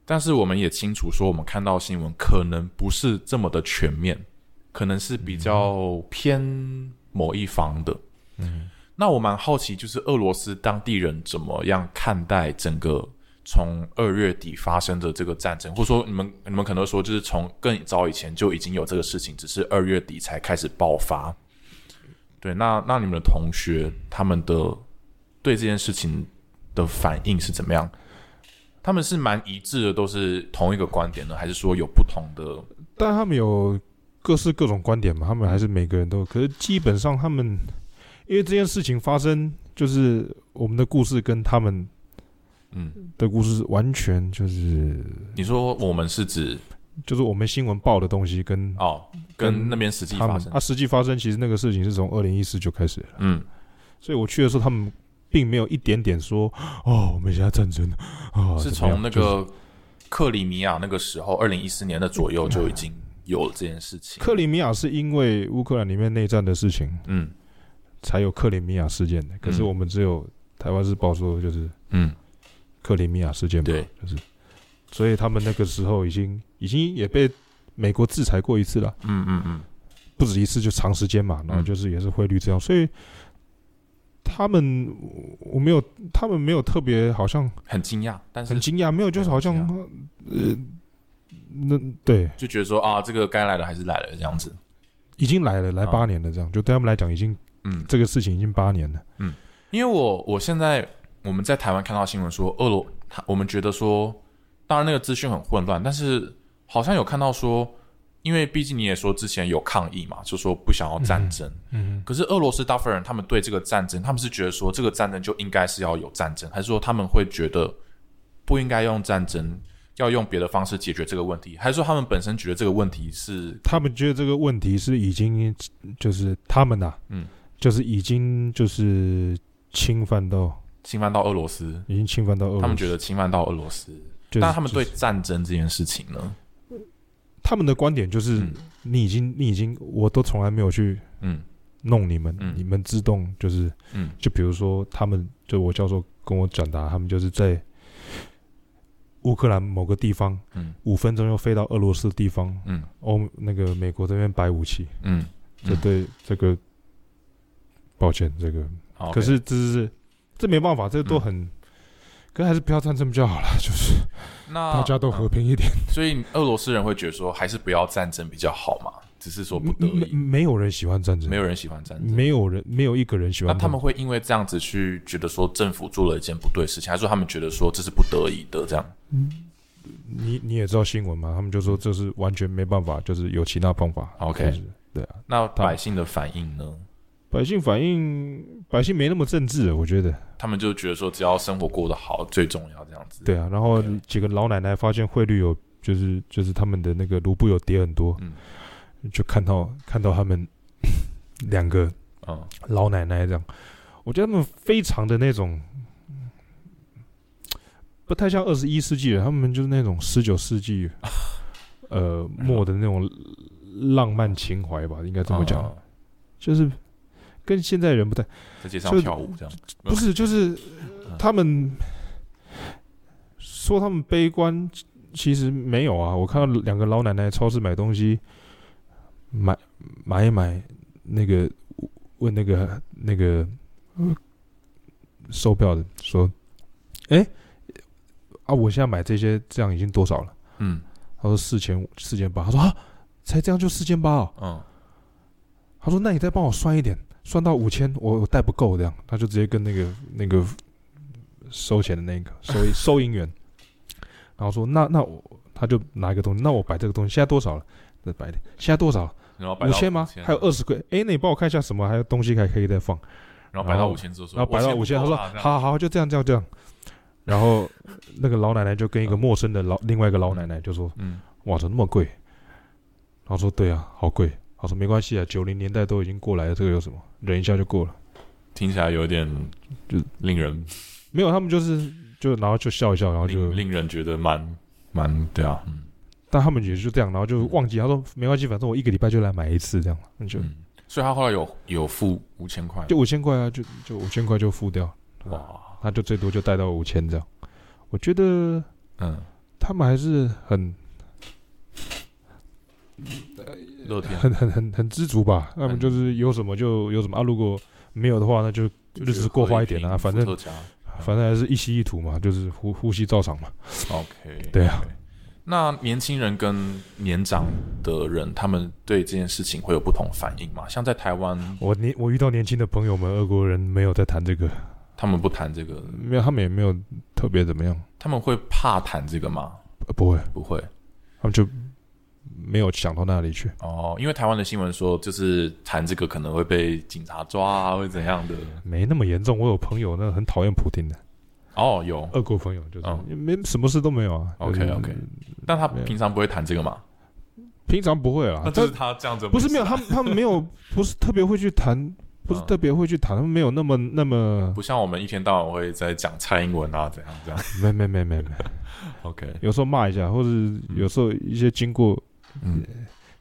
A: 但是我们也清楚说，我们看到新闻可能不是这么的全面，可能是比较偏某一方的。
B: 嗯，
A: 那我蛮好奇，就是俄罗斯当地人怎么样看待整个从二月底发生的这个战争，或者说你们你们可能说，就是从更早以前就已经有这个事情，只是二月底才开始爆发。对，那那你们的同学他们的对这件事情的反应是怎么样？他们是蛮一致的，都是同一个观点呢，还是说有不同的？
B: 但他们有各式各种观点嘛，他们还是每个人都有，可是基本上他们因为这件事情发生，就是我们的故事跟他们
A: 嗯，
B: 的故事是完全就是
A: 你说我们是指
B: 就是我们新闻报的东西跟
A: 哦，跟
B: 跟
A: 那边实际
B: 他
A: 发
B: 们
A: 生，
B: 啊，实际发生其实那个事情是从二零一四就开始了。
A: 嗯，
B: 所以我去的时候，他们并没有一点点说哦，我们现在战争了哦，
A: 是
B: 怎
A: 从
B: 么样
A: 那
B: 就是嗯
A: 个克里米亚那个时候，二零一四年的左右就已经有了这件事情。
B: 克里米亚是因为乌克兰里面内战的事情
A: 嗯
B: 才有克里米亚事件的，可是
A: 嗯
B: 我们只有台湾是报说就是
A: 嗯，
B: 克里米亚事件嘛，
A: 对，
B: 就是，所以他们那个时候已经已经也被美国制裁过一次了，
A: 嗯嗯嗯，
B: 不止一次，就长时间嘛，然后就是也是汇率这样，所以他们我没有，他们没有特别好像
A: 很惊讶，但是
B: 很惊讶，没有，就是好像
A: 很
B: 呃，那对，
A: 就觉得说啊，这个该来的还是来了这样子。
B: 已经来了，来
A: 啊
B: 八年了，这样、就对他们来讲，已经
A: 嗯，
B: 这个事情已经八年了。
A: 因为我我现在我们在台湾看到新闻说俄罗，他我们觉得说，当然那个资讯很混乱，但是好像有看到说因为毕竟你也说之前有抗议嘛，就说不想要战争。
B: 嗯，
A: 可是俄罗斯大部分人他们对这个战争，他们是觉得说这个战争就应该是要有战争，还是说他们会觉得不应该用战争，要用别的方式解决这个问题，还是说他们本身觉得这个问题是
B: 他们觉得这个问题是已经就是他们呐、啊
A: 嗯，
B: 就是已经就是侵犯到，
A: 侵犯到俄罗斯？
B: 已经侵犯到俄罗斯，
A: 他们觉得侵犯到俄罗斯，
B: 就是，
A: 但他们对
B: 就是
A: 战争这件事情呢？
B: 他们的观点就是，
A: 嗯
B: 你已经你已经，我都从来没有去
A: 嗯
B: 弄你们，
A: 嗯
B: 你们自动就是
A: 嗯
B: 就比如说他们，就我教授跟我转达，他们就是在乌克兰某个地方，
A: 嗯
B: 五分钟又飞到俄罗斯的地方，
A: 嗯
B: 欧那个美国这边摆武器，
A: 嗯，
B: 这对这个，抱歉，这个
A: 好
B: 可是这是这没办法，这都
A: 嗯
B: 很，可是还是不要战争比较好啦，就是
A: 那嗯
B: 大家都和平一点，
A: 所以俄罗斯人会觉得说，还是不要战争比较好嘛，只是说不得
B: 没
A: 已，
B: 没有人喜欢战争，
A: 没
B: 有
A: 有人喜欢战争。
B: 嗯没有人没有一个人喜
A: 那啊
B: 欢
A: 他
B: 战
A: 们
B: 争，
A: 会因为这样子去觉得说政府做了一件不对的事情，还是说他们觉得说这是不得已的这样？
B: 你你也知道新闻嘛，他们就说这是完全没办法，就是有其他方法
A: OK
B: 就是对啊，
A: 嗯那百姓的反应呢？
B: 百姓反应，百姓没那么政治，我觉得。
A: 他们就觉得说只要生活过得好最重要这样子。
B: 对啊，然后
A: OK
B: 几个老奶奶发现汇率有，就是就是他们的那个卢布有跌很多，
A: 嗯
B: 就看到看到他们两个
A: 嗯
B: 老奶奶这样，我觉得他们非常的那种，不太像二十一世纪人，他们就是那种十九世纪呃末的那种浪漫情怀吧，应该这么讲，
A: 嗯嗯
B: 就是跟现在人不太。
A: 在街上
B: 就
A: 跳舞这样。
B: 不是，就是
A: 嗯
B: 他们说他们悲观，其实没有啊。我看到两个老奶奶超市买东西，买买一买，那个问那个那个呃售票的说：“哎、啊，我现在买这些这样已经多少了
A: 嗯？”
B: 他说：“四千四千八。”他说：“啊，才这样就四千八哦。”
A: 嗯
B: 他说：“那你再帮我算一点，算到五千，我我带不够这样。”他就直接跟那个那个收钱的那 个收收银员，然后说：“那那我他就拿一个东西，那我摆这个东西现在多少了？再摆一点，现在多少了？
A: 然后摆
B: 五
A: 到
B: 千吗？
A: 5000
B: 还有二，十块？哎，那你帮我看一下什么还有东西还可以再放？
A: 然后摆到
B: 然后
A: 五千之后说，
B: 然后摆到
A: 我
B: 五
A: 钱
B: 千，
A: 不够
B: 他说
A: 啦：这样
B: 好好，就这样这样这样。然后那个老奶奶就跟一个陌生的老另外一个老奶奶就说：
A: 嗯
B: 哇，怎么那么贵？然后说对啊，好贵。他说没关系啊，九零年代都已经过来了，这个有什么？忍一下就过了。”
A: 听起来有点就
B: 就
A: 令人
B: 没有，他们就是就然后就笑一笑，然后就
A: 令，令人觉得蛮蛮对啊，嗯
B: 但他们也就这样，然后就忘记。他说没关系，反正我一个礼拜就来买一次，这样那就
A: 嗯，所以他后来有有付五千块，
B: 就五千块啊，就就五千块就付掉，
A: 哇，
B: 他就最多就带到五千这样。我觉得
A: 嗯，
B: 他们还是很
A: 乐天
B: 很很很很知足吧，他们就是有什么就有什么啊，如果没有的话，那就日子过花一点啊，反正
A: 伏特加
B: 反正还是一吸一吐嘛，就是呼呼吸照常嘛。
A: OK，
B: 对啊
A: OK。那年轻人跟年长的人，他们对这件事情会有不同反应吗？像在台湾，
B: 我年我遇到年轻的朋友们，俄国人没有在谈这个，
A: 他们不谈这个，
B: 没有他们也没有特别怎么样，
A: 他们会怕谈这个吗？
B: 呃不会。
A: 不会
B: 他们就没有想到那里去。
A: 哦，因为台湾的新闻说，就是谈这个可能会被警察抓啊，会怎样的？
B: 没那么严重，我有朋友那很讨厌普丁的，
A: 哦，有，
B: 俄国朋友就是、
A: 哦
B: 没什么事都没有啊。
A: OK，
B: 就是
A: OK 但他
B: 没有
A: 平常不会谈这个嘛？
B: 平常不会啦
A: 那。就是
B: 但
A: 他这样子，
B: 不是没有，他们他们没有，不是特别会去谈，不是
A: 嗯
B: 特别会去谈，他们没有那么那么
A: 不像我们一天到晚会在讲蔡英文啊，怎样怎样。
B: 没没没没没，
A: OK，
B: 有时候骂一下，或者嗯有时候一些经过
A: 嗯，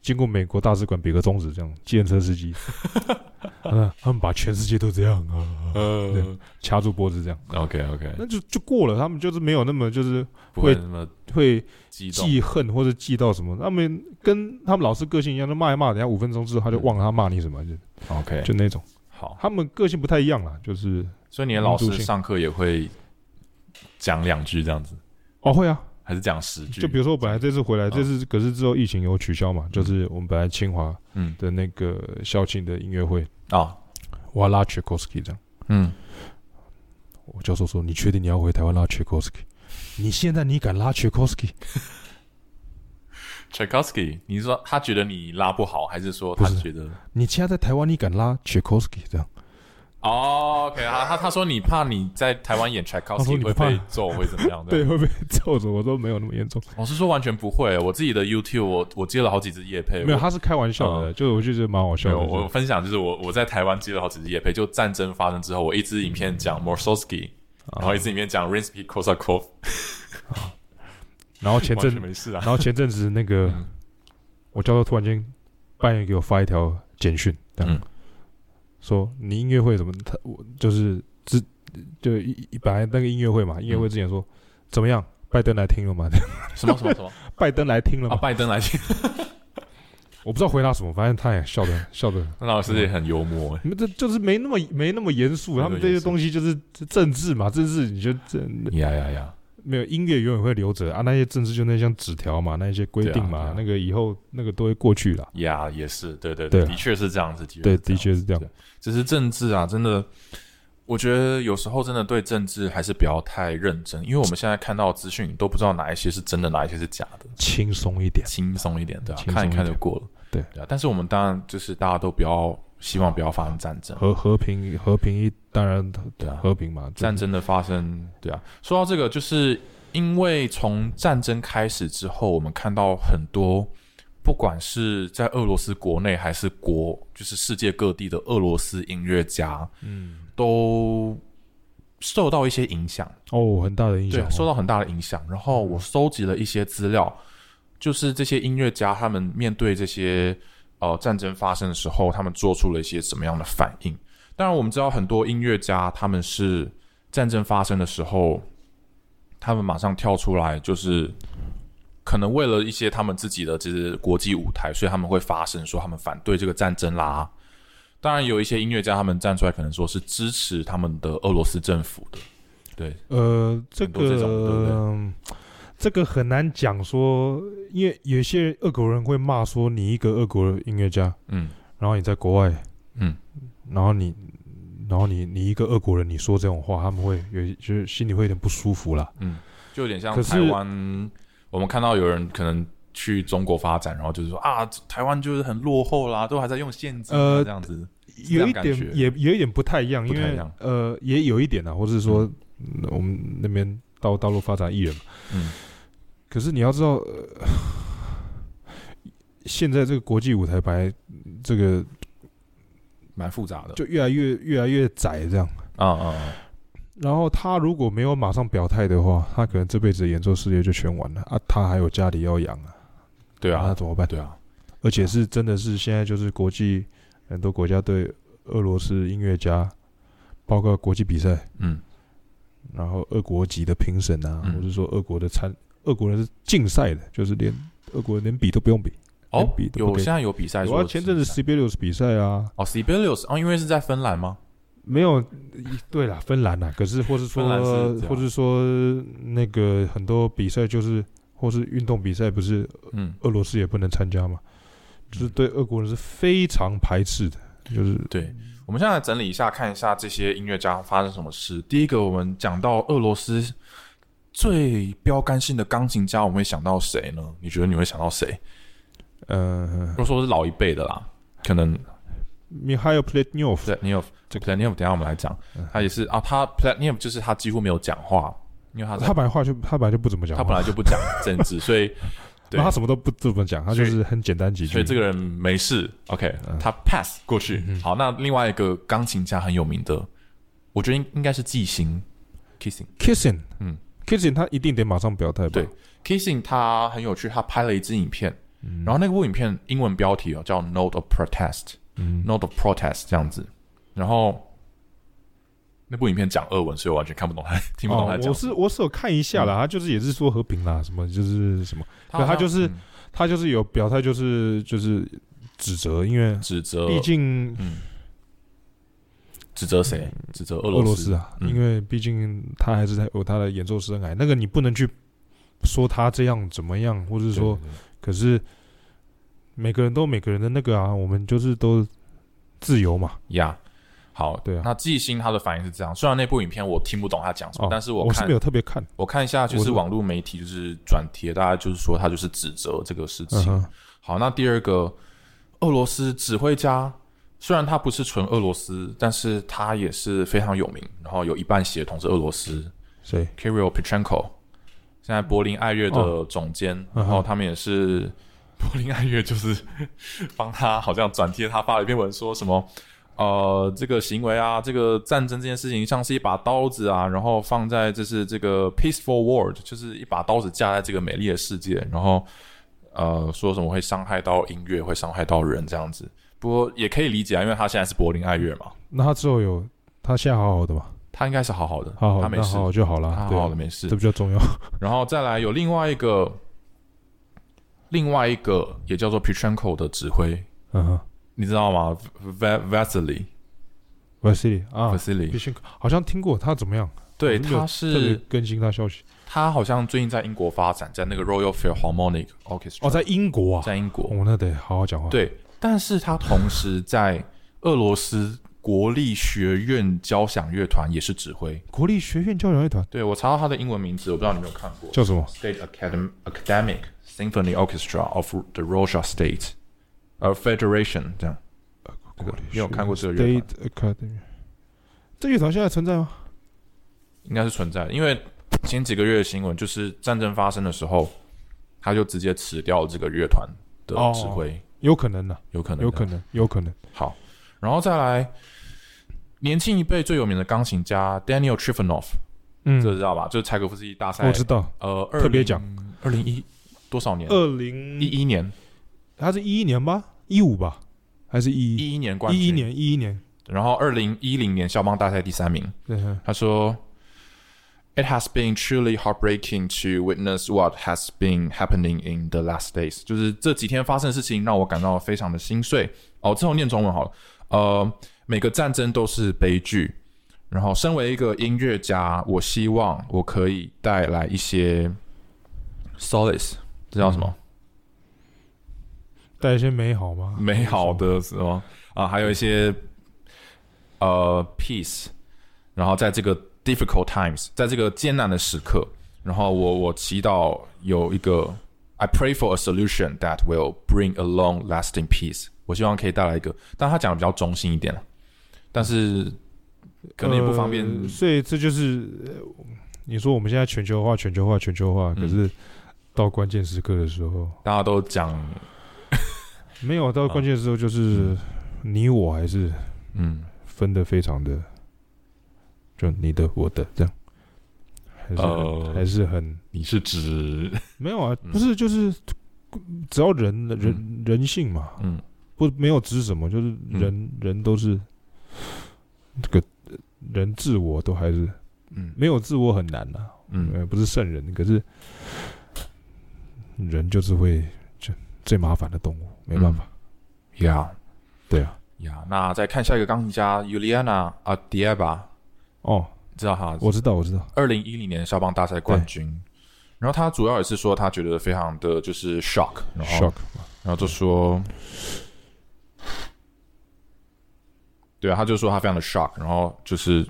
B: 经过美国大使馆比个中指这样，计程车司 机，嗯，他们把全世界都这样啊，
A: 呃
B: 掐住脖子这样，
A: ，OK OK，
B: 那就就过了，他们就是没有那么就是
A: 不会那么
B: 会
A: 激动。
B: 记恨或者记到什么，他们跟他们老师个性一样，就骂一骂，等一下五分钟之后他就忘了他骂你什么，就
A: OK，
B: 就那种。
A: 好，
B: 他们个性不太一样啦，就是
A: 所以你的老
B: 民
A: 师
B: 族性
A: 上课也会讲两句这样子，
B: 哦会啊，
A: 还是讲十句？
B: 就比如说我本来这次回来，
A: 嗯
B: 这次可是之后疫情有取消嘛，就是我们本来清华
A: 嗯
B: 的那个校庆的音乐会，
A: 啊，
B: 我要拉 Tchaikovsky 这样，
A: 嗯，
B: 我教授说你确定你要回台湾拉 Tchaikovsky？你现在你敢拉 Tchaikovsky？
A: Tchaikovsky，你是说他觉得你拉不好，还是说
B: 不
A: 他
B: 是
A: 觉得？
B: 你现在在台湾，你敢拉 Tchaikovsky 这样？
A: 哦、o k 他他他说你怕你在台湾演
B: 他说
A: Tchaikovsky
B: 你
A: 会
B: 怕
A: 被揍，会怎么样？
B: 对，，会被揍着，我都没有那么严重。
A: 哦我是说完全不会。我自己的 YouTube，我我接了好几支夜配，
B: 没有，
A: 我
B: 他是开玩笑的，啊就是我就觉得蛮好笑
A: 没有，
B: 的。
A: 我
B: 就
A: 分享就是我我在台湾接了好几支夜配，就战争发生之后，我一支影片讲 Morsowski，、然
B: 啊
A: 后一支影片讲 Rinsky Kosakov，
B: 然后前
A: 完
B: 阵
A: 全没事啊
B: 然。后前阵子那个
A: 嗯
B: 我教授突然间半夜给我发一条简讯，这样、
A: 嗯
B: 说你音乐会怎么？他我就是之就一一本来那个音乐会嘛，音乐会之前说、怎么样？拜登来听了吗？
A: 什么什么什么
B: 拜登来听了
A: 啊？
B: 吗？
A: 拜登来听，
B: 我不知道回答什么，反正他也笑的 笑的，
A: 那老师也很幽默、 欸。
B: 你们这就是没那么没那么严肃，
A: 没那么
B: 他们这些
A: 严肃
B: 东西就是政治嘛，政治你就政
A: 呀呀呀！
B: 没有音乐永远会留着啊，那些政治就那像纸条嘛，那些规定嘛，
A: 对啊对啊
B: 那个以后那个都会过去啦。
A: 呀，也是，对对
B: 对啊
A: 的确是这样子。
B: 对，
A: 是这
B: 啊的
A: 样
B: 确是这样
A: 对。只是政治啊，真的，我觉得有时候真的对政治还是不要太认真，因为我们现在看到的资讯都不知道哪一些是真的，哪一些是假的，
B: 轻松一点，
A: 轻松一点，对吧、啊
B: 轻松
A: 看
B: 一点
A: 一看就过了，
B: 对
A: 对啊。但是我们当然就是大家都不要希望不要发生战争，
B: 和和平和平一当然
A: 对啊。
B: 和平嘛，
A: 战争的发生，对啊。说到这个，就是因为从战争开始之后，我们看到很多，不管是在俄罗斯国内还是国，就是世界各地的俄罗斯音乐家，
B: 嗯
A: 都受到一些影响，
B: 哦，很大的影响
A: 对，
B: 哦，
A: 受到很大的影响。然后我收集了一些资料，就是这些音乐家他们面对这些呃战争发生的时候，他们做出了一些什么样的反应。当然，我们知道很多音乐家他们是战争发生的时候，他们马上跳出来，就是可能为了一些他们自己的就是国际舞台，所以他们会发声说他们反对这个战争啦。当然，有一些音乐家他们站出来，可能说是支持他们的俄罗斯政府的，对，
B: 呃，这
A: 很多这种对不对
B: 个这个很难讲说，因为有些俄国人会骂说你一个俄国音乐家，
A: 嗯
B: 然后你在国外，
A: 嗯，
B: 然后你。然后你你一个俄国人，你说这种话，他们会有就是心里会有点不舒服啦。
A: 嗯，就有点像
B: 可是
A: 台湾，我们看到有人可能去中国发展，然后就是说啊，台湾就是很落后啦，都还在用现金、啊
B: 呃
A: 这样子，这
B: 有
A: 样
B: 一
A: 感
B: 点
A: 觉
B: 也有一点不太一样，因
A: 不太一
B: 为
A: 样
B: 呃也有一点啊，或者是说、嗯我们那边到大陆发展艺人嘛，
A: 嗯，
B: 可是你要知道，呃、 现在这个国际舞台牌这个
A: 蛮复杂的。
B: 就越来越越来越窄这样，
A: 啊啊、啊
B: 然后他如果没有马上表态的话，他可能这辈子的演奏事业就全完了啊，他还有家里要养啊，
A: 对
B: 那
A: 啊，
B: 怎么办？
A: 对啊，
B: 而且是真的是现在就是国际很多国家对俄罗斯音乐家，包括国际比赛。
A: 嗯
B: 然后俄国籍的评审啊，
A: 嗯
B: 或者说俄国的参，俄国人是竞赛的，就是连俄国人连比都不用比。
A: 哦
B: 连比，都不
A: 有
B: 可以
A: 现在有比赛
B: 有
A: 说
B: 啊，
A: 是，
B: 前阵子 Sibelius 比赛啊，
A: 哦 c b e l i u s 哦，因为是在芬兰吗？
B: 没有，对啦，芬兰啊，可是或是说
A: 芬兰是这，样
B: 或是说那个很多比赛就是，或是运动比赛不是
A: 嗯，
B: 俄罗斯也不能参加嘛，就是对俄国人是非常排斥的，就是
A: 对，我们现在来整理一下，看一下这些音乐家发生什么事。第一个，我们讲到俄罗斯最标杆性的钢琴家，我们会想到谁呢？你觉得你会想到谁？
B: 呃
A: 如果说是老一辈的啦，可能
B: ，Mikhail Plotniov，
A: 对，你有这个 Platnum，等一下我们来讲，
B: 嗯
A: 他也是啊，他 Platnum 就是他几乎没有讲话，因为他在
B: 他本来话就他本来就不怎么讲话，嗯
A: 他本来就不讲政治，所 以对
B: 他什么都不怎么讲，他
A: 所
B: 就
A: 以
B: 是很简单几句。
A: 所以这个人没事，OK，
B: 嗯
A: 他 pass 过去。好，那另外一个钢琴家很有名的，我觉得应应该是纪星 Kissing。
B: Kissing，
A: 嗯
B: ，Kissing 他一定得马上表态吧？
A: 对 Kissing 他很有趣，他拍了一支影片，然后那部影片英文标题哦叫 Note of Protest，
B: 嗯
A: Note of Protest 这样子，然后。那部影片讲俄文，所以我完全看不懂他，听不懂他在
B: 哦，
A: 讲
B: 我
A: 什
B: 是
A: 么。
B: 我是有看一下啦，他就是也是说和平啦，什么就是什么，
A: 好像
B: 他就是
A: 嗯
B: 他就是有表态，就是就是指责，因为
A: 指责
B: 毕竟
A: 嗯，指责谁？指责俄
B: 俄罗
A: 罗
B: 斯啊，
A: 嗯
B: 因为毕竟他还是在有他的演奏生涯，那个你不能去说他这样怎么样，或者是
A: 对
B: 说，可是每个人都有每个人的那个啊，我们就是都自由嘛，
A: 呀。好，
B: 对啊
A: 那纪星他的反应是这样，虽然那部影片我听不懂他讲什么，
B: 哦，
A: 但是
B: 我
A: 我
B: 是
A: 看
B: 没有特别看，
A: 我看一下，就
B: 我
A: 是
B: 是
A: 网络媒体就是转贴，大家就是说他就是指责这个事
B: 嗯
A: 情。
B: 哼，
A: 好，那第二个，俄罗斯指挥家虽然他不是纯俄罗斯，但是他也是非常有名，然后有一半血统是俄罗斯
B: 谁？
A: ，Kirill Petrenko，现在柏林爱乐
B: 哦
A: 的总监，
B: 嗯
A: 然后他们也是 柏林爱乐就是 帮他好像转贴，他发了一篇文说什么。呃，这个行为啊，这个战争这件事情，像是一把刀子啊，然后放在就是这个 peaceful world，就是一把刀子架在这个美丽的世界，然后呃说什么会伤害到音乐，会伤害到人这样子。不过也可以理解啊，因为他现在是柏林爱乐嘛，
B: 那他之后有他现在好好的嘛？
A: 他应该是好好的，
B: 好好，
A: 他啊没
B: 那
A: 事，
B: 好好就好
A: 他
B: 了，
A: 好
B: 对啊
A: 好的没事
B: 这。比较重要。
A: 然后再来有另外一个，另外一个也叫做 Petrenko 的指挥，
B: 嗯哼
A: 你知道吗？Va- Vasily
B: ，Vasily 啊，必
A: Vasily，
B: 须好像听过他怎么样？
A: 对，
B: 我没有
A: 他
B: 特别
A: 是
B: 更新他消息
A: 他好像最近在英国发展，在那个 Royal Philharmonic Orchestra，
B: 哦，在英国啊，
A: 在英国，
B: 哦，那得好好讲话。，
A: 对，但是他同时在俄罗斯国立学院交响乐团也是指挥。
B: 国立学院交响乐团
A: 对我查到他的英文名字，我不知道你有没有看过
B: 叫什么？
A: ，State Academ Academic Symphony Orchestra of the Russia State，呃，Federation 这样。这个
B: 国立
A: 你有看过这个乐团？
B: State Academy。这乐团现在存在吗？
A: 应该是存在的，因为前几个月的新闻就是战争发生的时候，他就直接辞掉这个乐团的
B: 哦
A: 指挥，
B: 有可能的，
A: 有可能，啊
B: 有可能，有可能。
A: 好，然后再来，年轻一辈最有名的钢琴家 Daniel Trifonov，、
B: 嗯，
A: 这知道吧？就是柴可夫斯基大赛，
B: 我知道。
A: 呃，
B: 特别奖
A: 二零一多少年？
B: 二零
A: 一一年，
B: 他是一一年吧？一五吧？还是一一？
A: 一一年冠军，
B: 一一。年，一一年。
A: 然后二零一零年肖邦大赛第三名。
B: 对，嗯
A: 他说：“It has been truly heartbreaking to witness what has been happening in the last days。”就是这几天发生的事情让我感到非常的心碎。哦，之后念中文好了。呃，每个战争都是悲剧。然后，身为一个音乐家，我希望我可以带来一些 solace，这叫什么？
B: 带一些美好吗？
A: 美好的什么啊，还有一些呃 peace，然后在这个 difficult times，在这个艰难的时刻，然后我我祈祷有一个 I pray for a solution that will bring a long lasting peace。我希望可以带来一个，但他讲的比较中性一点，但是可能也不方便。
B: 呃所以这就是呃你说我们现在全球化、全球化、全球化，
A: 嗯
B: 可是到关键时刻的时候，
A: 大家都讲，
B: 没有到
A: 啊
B: 关键时候，就是你我还是
A: 嗯，
B: 分的非常的，就你的我的这样，还是很、
A: 呃
B: 还是很
A: 你是指，
B: 没有啊，
A: 嗯
B: 不是就是只要人人、人性嘛，
A: 嗯
B: 不没有指什么，就是人、人都是这个呃人自我都还是
A: 嗯
B: 没有自我很难啊。
A: 嗯，
B: 呃，不是圣人，可是人就是会就最麻烦的动物，没办
A: 嗯
B: 法。
A: 呀
B: 对啊，
A: 呀，那再看下一个钢琴家 Juliana a d i e b a
B: 哦，
A: 知道他
B: 我知道，我知道，
A: 二零一零年肖邦大赛冠军。然后他主要也是说他觉得非常的就是 shock，然后
B: shock
A: 然后就说，对啊，他就说他非常的 shock，然后就是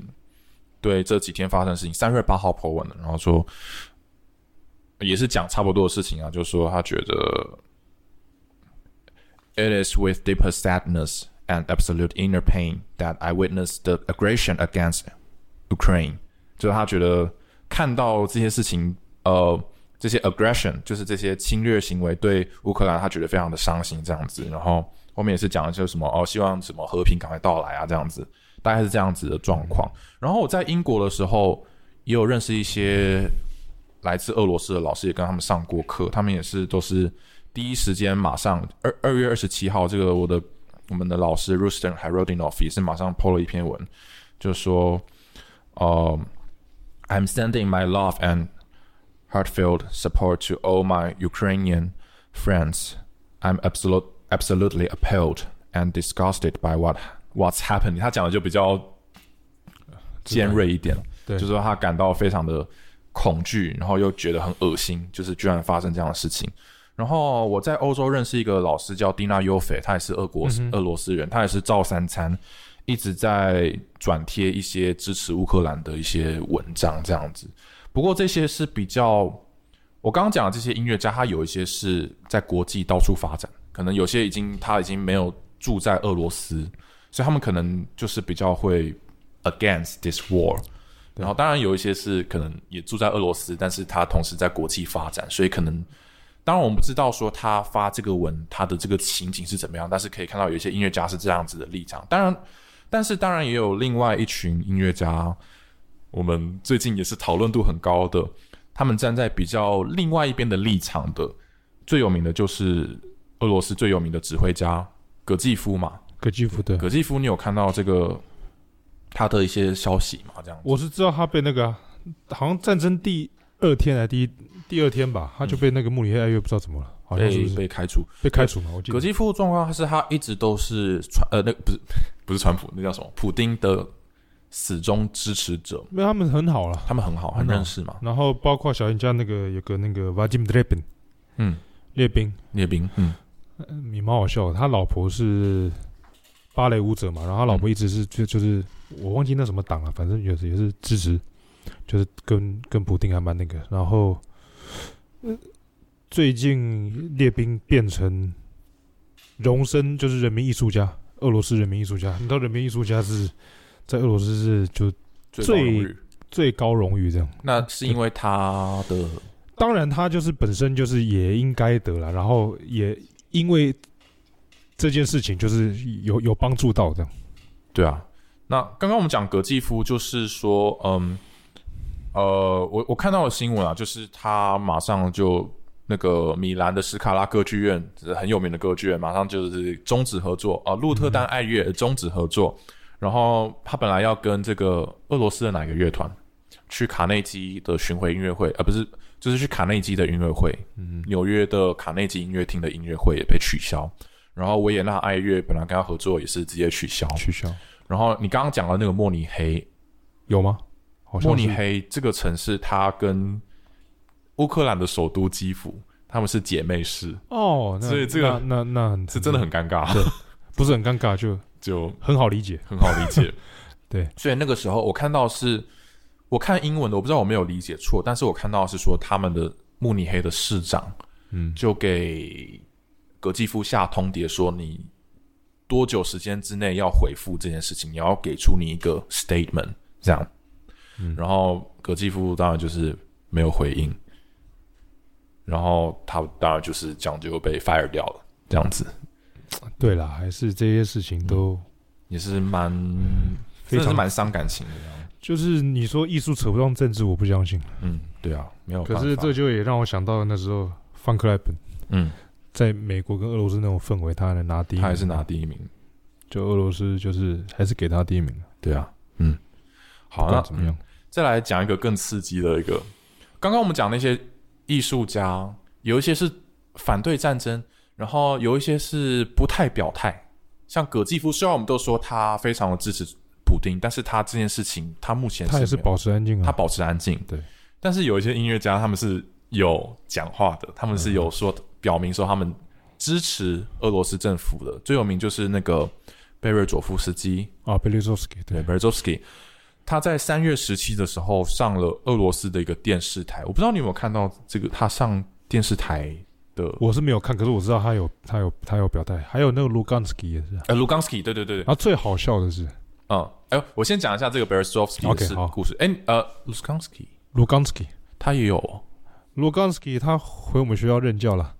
A: 对这几天发生的事情，三月八号 po 文的，然后说也是讲差不多的事情啊，就说他觉得 it is with deeper sadness and absolute inner pain that I witnessed the aggression against Ukraine，就是他觉得看到这些事情，呃。这些 aggression，就是这些侵略行为对乌克兰，他觉得非常的伤心这样子。然后后面也是讲的就是什么哦，希望什么和平赶快到来啊这样子，大概是这样子的状况。然后我在英国的时候，也有认识一些来自俄罗斯的老师，也跟他们上过课，他们也是都是第一时间马上二二月二十七号，这个我的我们的老师 Ruston Harodinov 也是马上 PO 了一篇文，就说，呃、i m sending my love and heartfelt support to all my Ukrainian friends. I'm absolute, absolutely appalled and disgusted by what what's happened. 他讲的就比较尖锐一点，
B: 对
A: 就是说他感到非常的恐惧，然后又觉得很恶心，就是居然发生这样的事情。然后我在欧洲认识一个老师叫 Dina Yofe，他也是俄国、俄罗斯人，他也是照三餐一直在转贴一些支持乌克兰的一些文章这样子。不过这些是比较，我刚刚讲的这些音乐家，他有一些是在国际到处发展，可能有些已经他已经没有住在俄罗斯，所以他们可能就是比较会 against this war。然后当然有一些是可能也住在俄罗斯，但是他同时在国际发展，所以可能当然我们不知道说他发这个文他的这个情景是怎么样，但是可以看到有一些音乐家是这样子的立场。当然，但是当然也有另外一群音乐家，我们最近也是讨论度很高的，他们站在比较另外一边的立场的，最有名的就是俄罗斯最有名的指挥家葛季夫嘛。
B: 格基夫的，
A: 葛季夫，你有看到这个他的一些消息吗？这样子
B: 我是知道他被那个啊、好像战争第二天还是第一第二天吧，他就被那个慕尼黑爱乐不知道怎么了，好像是
A: 被
B: 不是
A: 被开除。
B: 被开除嘛？我记
A: 葛
B: 得
A: 基夫的状况是他一直都是川呃，那不是不是川普，那叫什么？普丁的死忠支持者，
B: 没有他们很好了。
A: 他们很好，
B: 很
A: 很
B: 好
A: 认识嘛。
B: 然后包括小人家那个有个那个 Vadim d r e b i n
A: 嗯，
B: 列宾，
A: 列宾，嗯，
B: 呃你蛮好笑的。他老婆是芭蕾舞者嘛，然后他老婆一直是就就是我忘记那什么党了、啊反正也是也是支持，就是跟跟普丁还蛮那个。然后、呃最近列宾变成荣升，就是人民艺术家，俄罗斯人民艺术家。你知道人民艺术家是在俄罗斯是就
A: 最高荣誉
B: 最最高荣誉这样。
A: 那是因为他的
B: 当然，他就是本身就是也应该得了，然后也因为这件事情就是有有帮助到这样。
A: 对啊。那刚刚我们讲葛基夫，就是说，嗯，呃，我我看到的新闻啊，就是他马上就那个米兰的史卡拉歌剧院，很有名的歌剧院，马上就是终止合作啊、鹿特丹爱乐呃终止合作。然后他本来要跟这个俄罗斯的哪个乐团去卡内基的巡回音乐会，啊，不是，就是去卡内基的音乐会，嗯，纽约的卡内基音乐厅的音乐会也被取消。然后维也纳爱乐本来跟他合作也是直接取消。
B: 取消
A: 然后你刚刚讲的那个慕尼黑，
B: 有吗？好像
A: 慕
B: 是
A: 尼黑这个城市，它跟乌克兰的首都基辅，他们是姐妹市，
B: 哦，那
A: 所以这个
B: 那那那很
A: 是真的很尴 尬，
B: 不是很尴尬，就
A: 就
B: 很好理解。
A: 很好理解。
B: 对，
A: 所以那个时候我看到是，我看英文的，我不知道我没有理解错，但是我看到是说他们的慕尼黑的市长
B: 嗯，
A: 就给格基夫下通牒说，你多久时间之内要回复这件事情，你要给出你一个 statement，这样。
B: 嗯
A: 然后格基夫当然就是没有回应，然后他当然就是这样就被 fire 掉了，这样子
B: 对啦，还是这些事情都
A: 嗯也是蛮真
B: 非
A: 的是
B: 常。
A: 蛮伤感情的这样。
B: 就是你说艺术扯不上政治，我不相信。
A: 嗯，对啊，没有办
B: 可
A: 法。
B: 是这就也让我想到那时候范克莱本
A: 嗯，
B: 在美国跟俄罗斯那种氛围，他还能拿第一
A: 他
B: 名，
A: 还是拿第一名。
B: 就俄罗斯就是还是给他第一名。
A: 对啊，嗯，
B: 不
A: 好，那嗯
B: 管怎么样？
A: 再来讲一个更刺激的一个，刚刚我们讲那些艺术家，有一些是反对战争，然后有一些是不太表态。像葛继夫，虽然我们都说他非常的支持普丁，但是他这件事情，他目前
B: 他也是
A: 没有
B: 保持安静啊。
A: 他保持安静。
B: 对，
A: 但是有一些音乐家他们是有讲话的，他们是有说、表明说他们支持俄罗斯政府的。最有名就是那个贝瑞佐夫斯基，
B: 啊，贝利佐斯基对
A: 对 b e r z o v s k y 他在三月十七的时候上了俄罗斯的一个电视台，我不知道你有没有看到这个他上电视台的，
B: 我是没有看，可是我知道他有他有他有表态，还有那个卢甘斯基也是啊。
A: 呃，Lugansky，对对对对，
B: 然后最好笑的是
A: 嗯，哎，我先讲一下这个 b e r z o v s k y
B: OK，
A: 的是
B: 好
A: 故事，哎，呃，Lugansky
B: 卢甘斯基，
A: 他也有哦
B: 卢甘斯基他回我们学校任教了，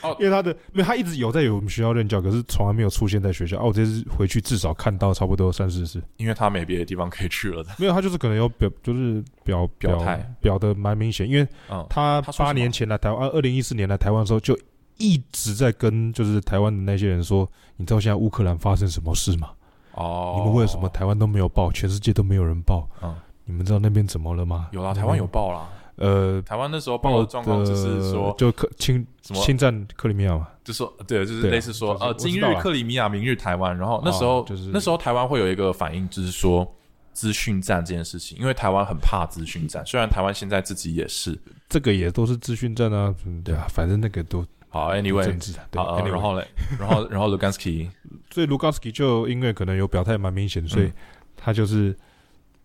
A: 哦，
B: 因为他的因为他一直有在我们学校任教，可是从来没有出现在学校。哦、啊，我这次回去至少看到差不多三四次，
A: 因为他没别的地方可以去了的，
B: 没有他就是可能有表就是表
A: 表态
B: 表的蛮明显，因为
A: 嗯，
B: 他
A: 他说什么
B: 八年前来台湾，二零一四年来台湾的时候就一直在跟就是台湾的那些人说，你知道现在乌克兰发生什么事吗？
A: 哦，
B: 你们为什么台湾都没有报，全世界都没有人报？
A: 嗯
B: 你们知道那边怎么了吗？
A: 有啦？台湾有报啦，
B: 呃
A: 台湾那时候
B: 报呃
A: 报的状况只是说
B: 就克侵
A: 什么
B: 侵占克里米亚嘛，
A: 就说对，就是
B: 对啊
A: 类似说，
B: 就是
A: 呃，
B: 我知道
A: 今日
B: 啦
A: 克里米亚，明日台湾。然后那时候、
B: 哦就是
A: 那时候台湾会有一个反应，就是说资讯战这件事情，因为台湾很怕资讯战，虽然台湾现在自己也是。
B: 这个也都是资讯战啊，嗯对啊，反正那个都
A: 好
B: 政
A: ，anyway，
B: 治的。对
A: 好、呃
B: anyway
A: 然后嘞，然后然后 Lugansky
B: 所以卢高斯基就因为可能有表态蛮明显，所以
A: 嗯
B: 他就是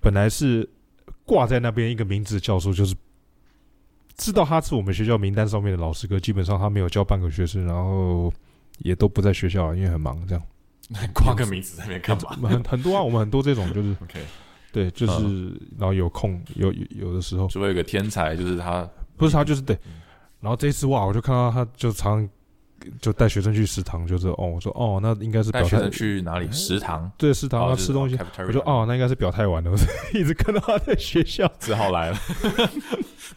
B: 本来是挂在那边一个名字教授，就是知道他是我们学校名单上面的老师，可基本上他没有教半个学生，然后也都不在学校，因为很忙，这样
A: 挂个名字在那边干嘛
B: 很 很多啊，我们很多这种就是
A: ？OK，嗯
B: 对，就是、然后有空有有有的时候
A: 除非有个天才，就是他
B: 不是他就是对，
A: 嗯
B: 然后这一次哇，我就看到他就常就带学生去食堂，就是哦，我说哦，那应该是
A: 带
B: 表
A: 学
B: 态
A: 生去哪里食 堂，
B: 对食堂
A: 哦嗯
B: 要
A: 就是
B: 吃东西，
A: cafeteria
B: 我就哦，那应该是表态完了，我就一直看到他在 学校。
A: 只好来了，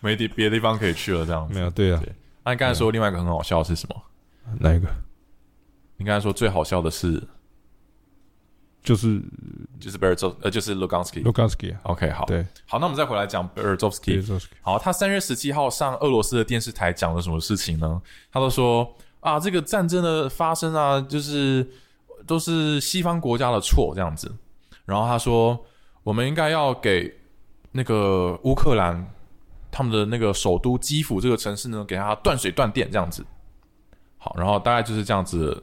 A: 没地别的地方可以去了这样
B: 没
A: 子。
B: 有，对啊，
A: 对那你刚才说另外一个很好笑的是什么？
B: 哪一个？
A: 你刚才说最好笑的是
B: 就是
A: 就是 b e r z o 呃，就是 Lugansky。
B: Lugansky 啊，
A: OK，好，
B: 对
A: 好，那我们再回来讲 b e r z o v s k y
B: 对，Lugansky
A: 好，他三月十七号上俄罗斯的电视台讲了什么事情呢？他都说啊，这个战争的发生啊，就是都是西方国家的错这样子。然后他说，我们应该要给那个乌克兰他们的那个首都基辅这个城市呢，给他断水断电这样子。好，然后大概就是这样子。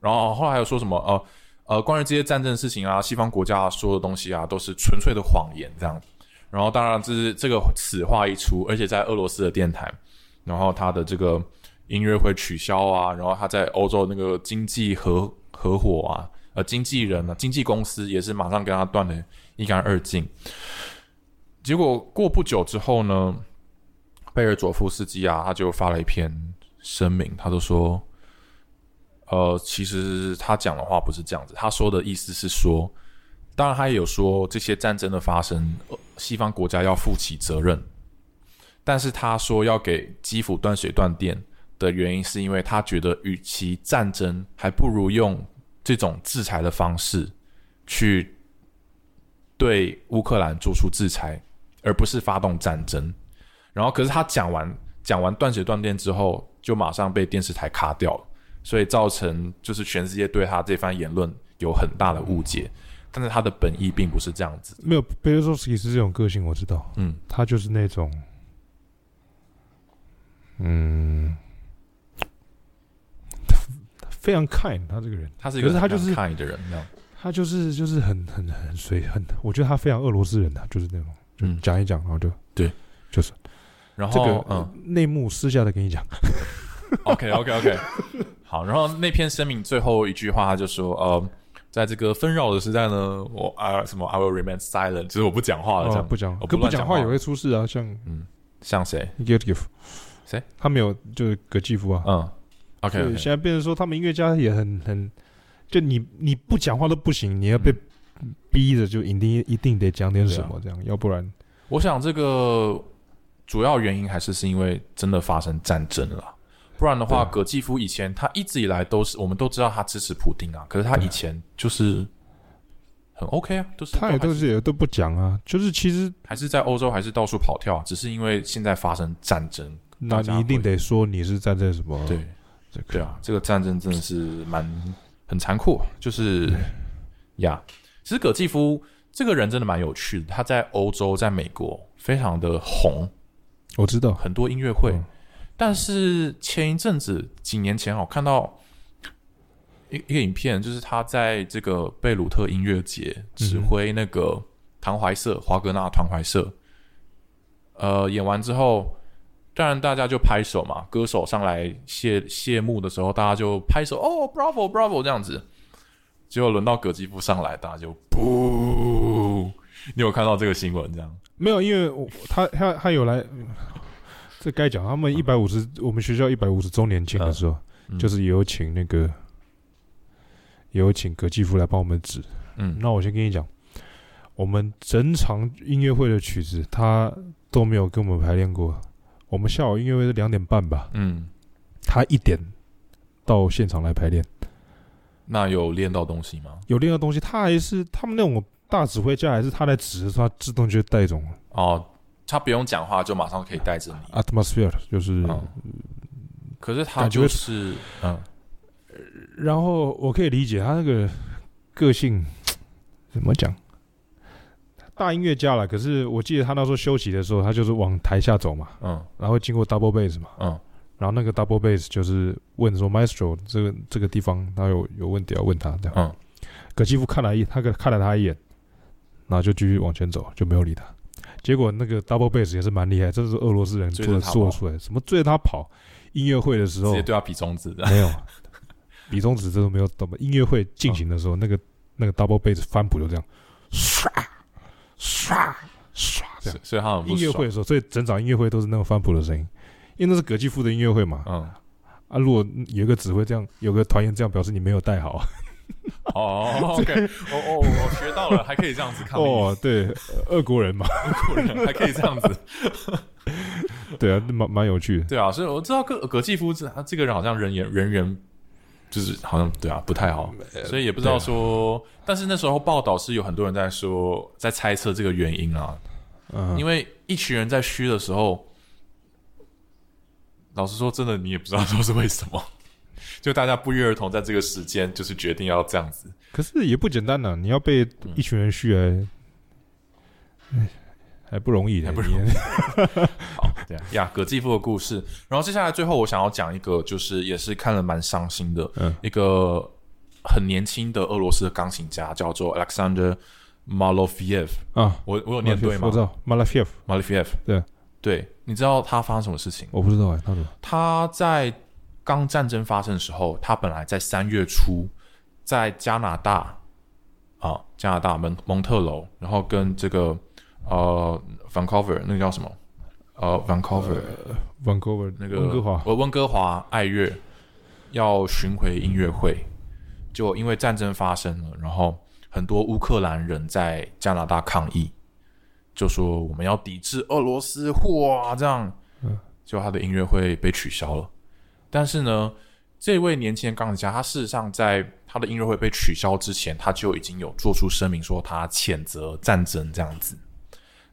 A: 然后后来还有说什么呃呃，关于这些战争的事情啊，西方国家说的东西啊，都是纯粹的谎言这样子。然后当然这是这个此话一出，而且在俄罗斯的电台，然后他的这个音乐会取消啊，然后他在欧洲那个经济合合伙啊，呃，经纪人啊，经纪公司也是马上跟他断得一呃干二净。结果过不久之后呢，贝尔佐夫斯基啊，他就发了一篇声明，他就说，呃，其实他讲的话不是这样子，他说的意思是说，当然，他也有说这些战争的发生，呃西方国家要负起责任。但是他说要给基辅断水断电的原因，是因为他觉得，与其战争，还不如用这种制裁的方式去对乌克兰做出制裁，而不是发动战争。然后，可是他讲完讲完断水断电之后，就马上被电视台卡掉了，所以造成就是全世界对他这番言论有很大的误解。但是他的本意并不是这样子。
B: 没有 b e r z o v s k y 是这种个性，我知道，
A: 嗯，
B: 他就是那种，嗯，非常 kind，他这个人，
A: 他是一个
B: 可是他就是
A: 很 kind 的人，那样
B: 他就是就是很很很随很，我觉得他非常俄罗斯人的、就是那种，就
A: 嗯
B: 讲一讲，然后就
A: 然
B: 这
A: 后、
B: 个、
A: 嗯
B: 内幕私下的跟你讲，
A: ，OK OK OK，好。然后那篇声明最后一句话，他就说，呃，在这个纷扰的时代呢，我啊什么 I will remain silent，就是我不讲话了，这
B: 哦
A: 样、
B: 不讲，
A: 我
B: 可
A: 不乱
B: 讲
A: 讲话
B: 也会出事啊，像
A: 像谁？
B: g i l g i f
A: 谁？
B: 他没有，就是格季夫啊。
A: 嗯，OK，,
B: 对，
A: o
B: 现在变成说他们音乐家也很很，就你你不讲话都不行，你要被
A: 嗯
B: 逼着就一定一定得讲点什么，
A: 啊
B: 这样，要不然
A: 我想这个主要原因还是是因为真的发生战争了。不然的话，
B: 对啊
A: 葛继夫以前他一直以来都是，我们都知道他支持普丁啊，可是他以前就是很 OK 啊，都是
B: 他也
A: 还
B: 都是也都不讲啊。就是其实
A: 还是在欧洲还是到处跑跳啊，只是因为现在发生战争，
B: 那
A: 大家
B: 你一定得说你是站在什么
A: 对
B: 这个
A: 对啊，这个战争真的是蛮很残酷，就是呀，其实葛继夫这个人真的蛮有趣的，他在欧洲在美国非常的红，
B: 我知道，
A: 很多音乐会，
B: 嗯
A: 但是前一阵子几年前哦，我看到一一个影片，就是他在这个贝鲁特音乐节指挥那个唐怀社华格纳唐怀社，呃，演完之后，当然大家就拍手嘛，歌手上来谢谢幕的时候，大家就拍手哦，bravo bravo 这样子。结果轮到葛基夫上来，大家就不，你有看到这个新闻这样？
B: 没有，因为我他他他有来，这该讲。他们一百五十，我们学校一百五十周年庆的时候，
A: 嗯
B: 就是也有请那个，也有请葛继夫来帮我们指。
A: 嗯
B: 那我先跟你讲，我们整场音乐会的曲子他都没有跟我们排练过。我们下午音乐会是两点半吧，
A: 嗯，
B: 他一点到现场来排练。
A: 那有练到东西吗？
B: 有练的东西，他还是他们那种大指挥家，还是他来指的时候，他自动就带动了
A: 哦，他不用讲话就马上可以带着你。
B: atmosphere，就是。
A: 嗯，可是他
B: 感觉
A: 就是嗯，
B: 然后我可以理解他那个个性怎么讲，大音乐家了。可是我记得他那时候休息的时候，他就是往台下走嘛，
A: 嗯
B: 然后经过 double bass 嘛，
A: 嗯
B: 然后那个 double bass 就是问说 maestro 这个这个地方他有有问题要问他这样，
A: 嗯，
B: 葛基夫看了一他个看了他一眼，然后就继续往前走，就没有理他。结果那个 double bass 也是蛮厉害，这是俄罗斯人
A: 追
B: 做
A: 着他
B: 的
A: 跑
B: 做出来的，什么追着他跑，音乐会的时
A: 直
B: 候
A: 接对他比中指的，
B: 没有，比中指这都没有懂。音乐会进行的时候，
A: 嗯
B: 那个那个 double bass 翻谱就这样，唰唰唰这
A: 所
B: 样。
A: 所以他很不
B: 音乐会
A: 爽。
B: 的时候，所以整场音乐会都是那种翻谱的声音，因为那是葛基夫的音乐会嘛。
A: 嗯，
B: 啊，如果有一个指挥这样，有个团员这样，表示你没有带好。
A: 哦，OK，哦哦，我学到了，还可以这样子抗议，
B: 哦，对，呃俄国人嘛，
A: 还可以这样子。
B: 对啊，蛮蛮有趣 的。
A: 对啊，所以我知道葛葛继夫这啊他这个人好像人缘人缘就是好像对啊不太好，
B: 呃
A: 所以也不知
B: 啊
A: 道说。但是那时候报道是有很多人在说在猜测这个原因啊，
B: 嗯
A: 因，为一群人在虚的时候，老实说，真的你也不知道说是为什么。 就大家不约而同在这个时间，就是决定要这样子，
B: 可是也不简单呐、你要被
A: 嗯
B: 一群人续来，哎还不容易呢，
A: 还不容易
B: 你
A: 好，对啊呀，葛继夫的故事。然后接下来最后我想要讲一个，就是也是看了蛮伤心的，
B: 嗯
A: 一个很年轻的俄罗斯的钢琴家，叫做 Alexander Malofiev。
B: 啊。
A: 我我有 念对吗
B: 我知道 m a l a f i e v
A: ？Malofiev。
B: 对
A: 对，你知道他发生什么事情？
B: 我不知道哎、他怎么？
A: 他在刚战争发生的时候，他本来在三月初在加拿大啊，加拿大蒙蒙特楼，然后跟这个呃 Vancouver 那个叫什么？呃，Vancouver、
B: Vancouver
A: 那个
B: 温哥华，
A: 呃温哥华爱乐要巡回音乐会，就因为战争发生了，然后很多乌克兰人在加拿大抗议，就说我们要抵制俄罗斯货啊，这样
B: 嗯，
A: 就他的音乐会被取消了。但是呢，这位年轻的钢琴家，他事实上在他的音乐会被取消之前，他就已经有做出声明说他谴责战争这样子，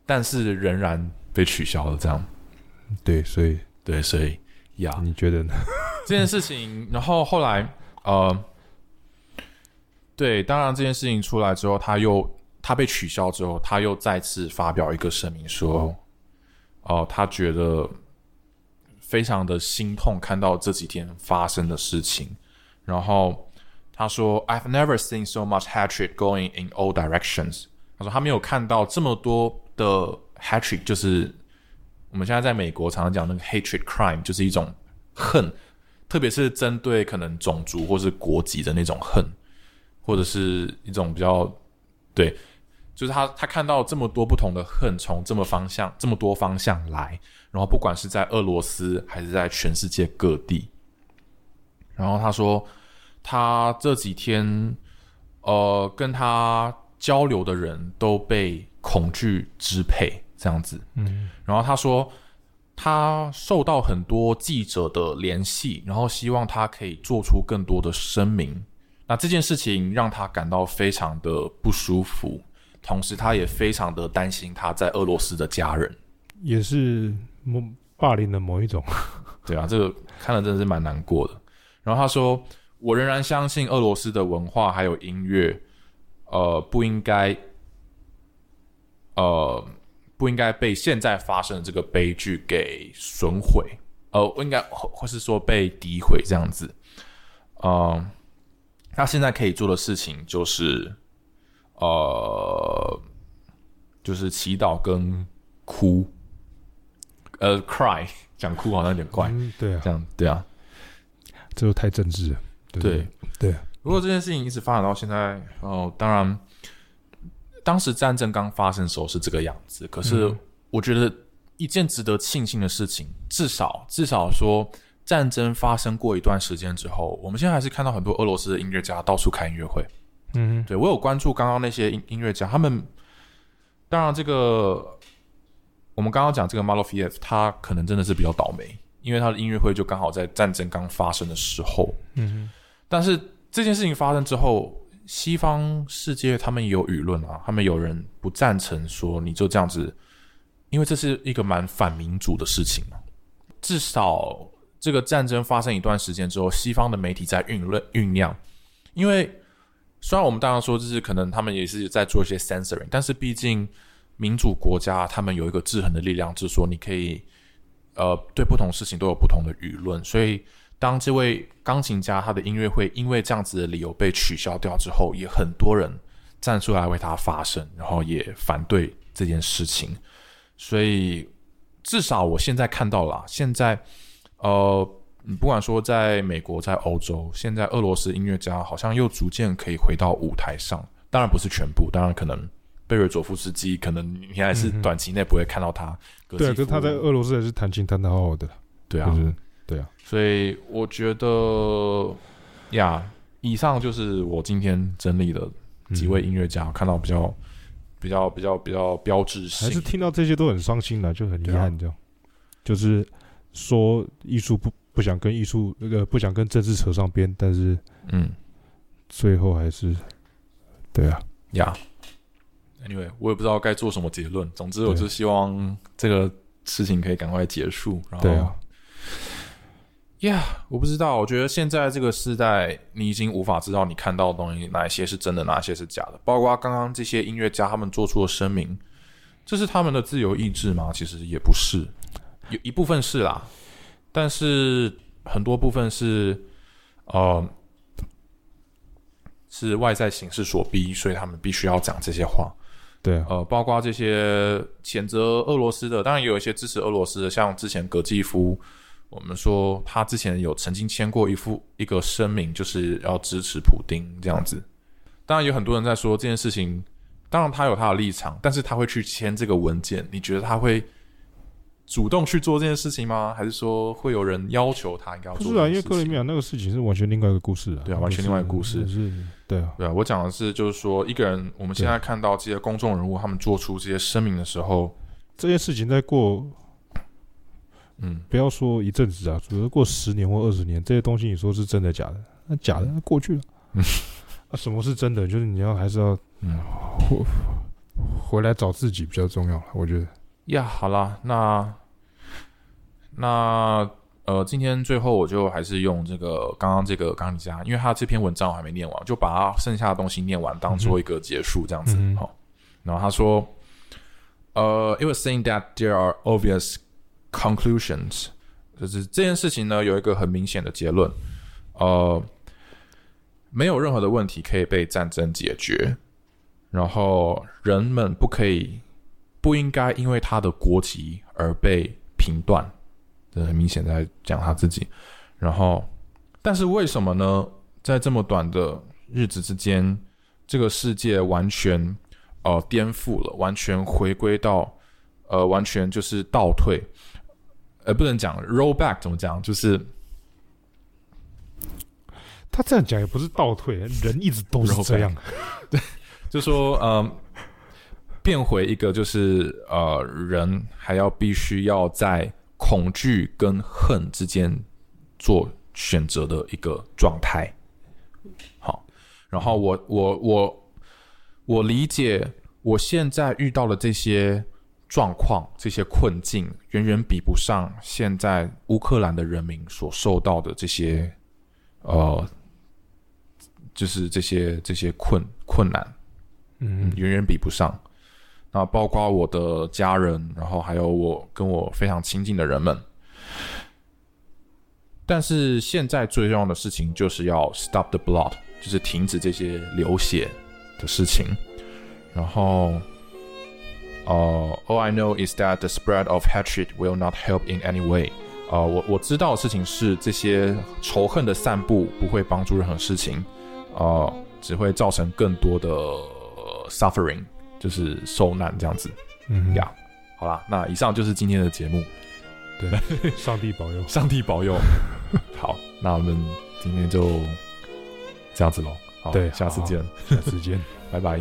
A: 但是仍然被取消了这样。
B: 对，所以
A: 对，所以呀
B: 你觉得呢？
A: 这件事情，然后后来呃，对，当然这件事情出来之后，他又他被取消之后，他又再次发表一个声明说，哦、他觉得非常的心痛，看到这几天发生的事情，然后他说，I've never seen so much hatred going in all directions。他说他没有看到这么多的 hatred，就是我们现在在美国常常讲那个 hatred crime，就是一种恨，特别是针对可能种族或是国籍的那种恨，或者是一种比较对，就是他他看到这么多不同的恨从这么方向这么多方向来，然后不管是在俄罗斯还是在全世界各地，然后他说他这几天呃跟他交流的人都被恐惧支配这样子，
B: 嗯，
A: 然后他说他受到很多记者的联系，然后希望他可以做出更多的声明。那这件事情让他感到非常的不舒服，同时他也非常的担心他在俄罗斯的家人。
B: 也是某霸凌的某一种。
A: 对啊，这个看了真的是蛮难过的。然后他说：“我仍然相信俄罗斯的文化还有音乐，呃，不应该，呃，不应该被现在发生的这个悲剧给损毁，呃，应该或或是说被诋毁这样子。嗯、呃，他现在可以做的事情就是，呃，就是祈祷跟哭，呃，cry，讲哭好像有点怪。
B: 嗯，对啊，
A: 这样对啊，
B: 这都太政治了。对不
A: 对
B: 对啊，
A: 如果这件事情一直发展到现在，哦，当然，当时战争刚发生的时候是这个样子，可是
B: 嗯
A: 我觉得一件值得庆幸的事情，至少至少说。战争发生过一段时间之后，我们现在还是看到很多俄罗斯的音乐家到处开音乐会。
B: 嗯，
A: 对我有关注刚刚那些音音乐家，他们当然这个我们刚刚讲这个 Malofiev，他可能真的是比较倒霉，因为他的音乐会就刚好在战争刚发生的时候。
B: 嗯
A: 但是这件事情发生之后，西方世界他们也有舆论啊，他们有人不赞成说你就这样子，因为这是一个蛮反民主的事情嘛。至少这个战争发生一段时间之后，西方的媒体在舆论酝酿，因为虽然我们当然说就是可能他们也是在做一些 censoring，但是毕竟民主国家他们有一个制衡的力量，就是说你可以呃，对不同事情都有不同的舆论，所以当这位钢琴家他的音乐会因为这样子的理由被取消掉之后，也很多人站出来为他发声，然后也反对这件事情。所以至少我现在看到了啊，现在呃，你不管说在美国、在欧洲，现在俄罗斯音乐家好像又逐渐可以回到舞台上，当然不是全部，当然可能。贝瑞佐夫斯基可能你还是
B: 嗯哼
A: 短期内不会看到他，格
B: 对啊，
A: 西
B: 可是他
A: 夫
B: 在俄罗斯也是弹琴弹的好好的啦，
A: 对啊，
B: 就是
A: 所以我觉得呀，以上就是我今天整理的几位
B: 嗯
A: 音乐家，看到比较比较比较比较标志
B: 还是
A: 性。
B: 听到这些都很伤心的，就很遗
A: 对啊
B: 憾这样。就是说艺术不不想跟艺术那个不想跟政治扯上边，但是
A: 嗯
B: 最后还是对啊，
A: 呀，Anyway，我也不知道该做什么结论。总之，
B: 对
A: 我就希望这个事情可以赶快结束。然后
B: 对啊，
A: 呀我不知道，我觉得现在这个时代，你已经无法知道你看到的东西哪一些是真的，哪一些是假的。包括刚刚这些音乐家他们做出的声明，这是他们的自由意志吗？其实也不是，有一部分是啦，但是很多部分是，呃，是外在形势所逼，所以他们必须要讲这些话。
B: 对啊，
A: 呃，包括这些谴责俄罗斯的，当然也有一些支持俄罗斯的，像之前格季夫，我们说他之前有曾经签过一副一个声明，就是要支持普丁这样子。当然有很多人在说这件事情，当然他有他的立场，但是他会去签这个文件，你觉得他会主动去做这件事情吗？还是说会有人要求他应该要
B: 不
A: 做？
B: 是啊，因为克里米亚那个事情是完全另外一个故事啊，
A: 对啊完全另外一个故事
B: 那是对啊，
A: 对啊，我讲的是，就是说一个人，我们现在看到这些公众人物他们做出这些声明的时候，
B: 这件事情在过
A: 嗯，
B: 不要说一阵子啊，主要过十年或二十年，这些东西你说是真的假的？那假的那过去了，
A: 嗯
B: 啊，什么是真的？就是你要还是要
A: 嗯
B: 回回来找自己比较重要了，我觉得。
A: 呀好啦，那那呃，今天最后我就还是用这个刚刚这个钢琴家，因为他这篇文章我还没念完，就把他剩下的东西念完，当做一个结束这样子。好、
B: 嗯嗯哼
A: 然后他说，呃，it was saying that there are obvious conclusions，就是这件事情呢有一个很明显的结论，呃，没有任何的问题可以被战争解决，然后人们不可以不应该因为他的国籍而被评断，这很明显在讲他自己。然后，但是为什么呢？在这么短的日子之间，这个世界完全呃颠覆了，完全回归到呃完全就是倒退，呃不能讲 roll back 怎么讲，就是
B: 他这样讲也不是倒退，人一直都是这样。
A: 就说嗯，变回一个就是呃，人还要必须要在恐惧跟恨之间做选择的一个状态。好，然后我我我我理解我现在遇到的这些状况、这些困境，远远比不上现在乌克兰的人民所受到的这些呃，就是这些这些困困难。
B: 嗯，
A: 远远比不上。那包括我的家人，然后还有我跟我非常亲近的人们。但是现在最重要的事情就是要 stop the blood，就是停止这些流血的事情。然后，呃，all I know is that the spread of hatred will not help in any way。呃，我我知道的事情是，这些仇恨的散布不会帮助任何事情。呃，只会造成更多的呃 suffering，就是受难这样子。
B: 嗯
A: 呀好啦，那以上就是今天的节目，
B: 上帝保佑。
A: 上帝保 佑。好，那我们今天就这样子喽。好，
B: 对
A: 下次
B: 好
A: 见，
B: 下次见。
A: 拜拜。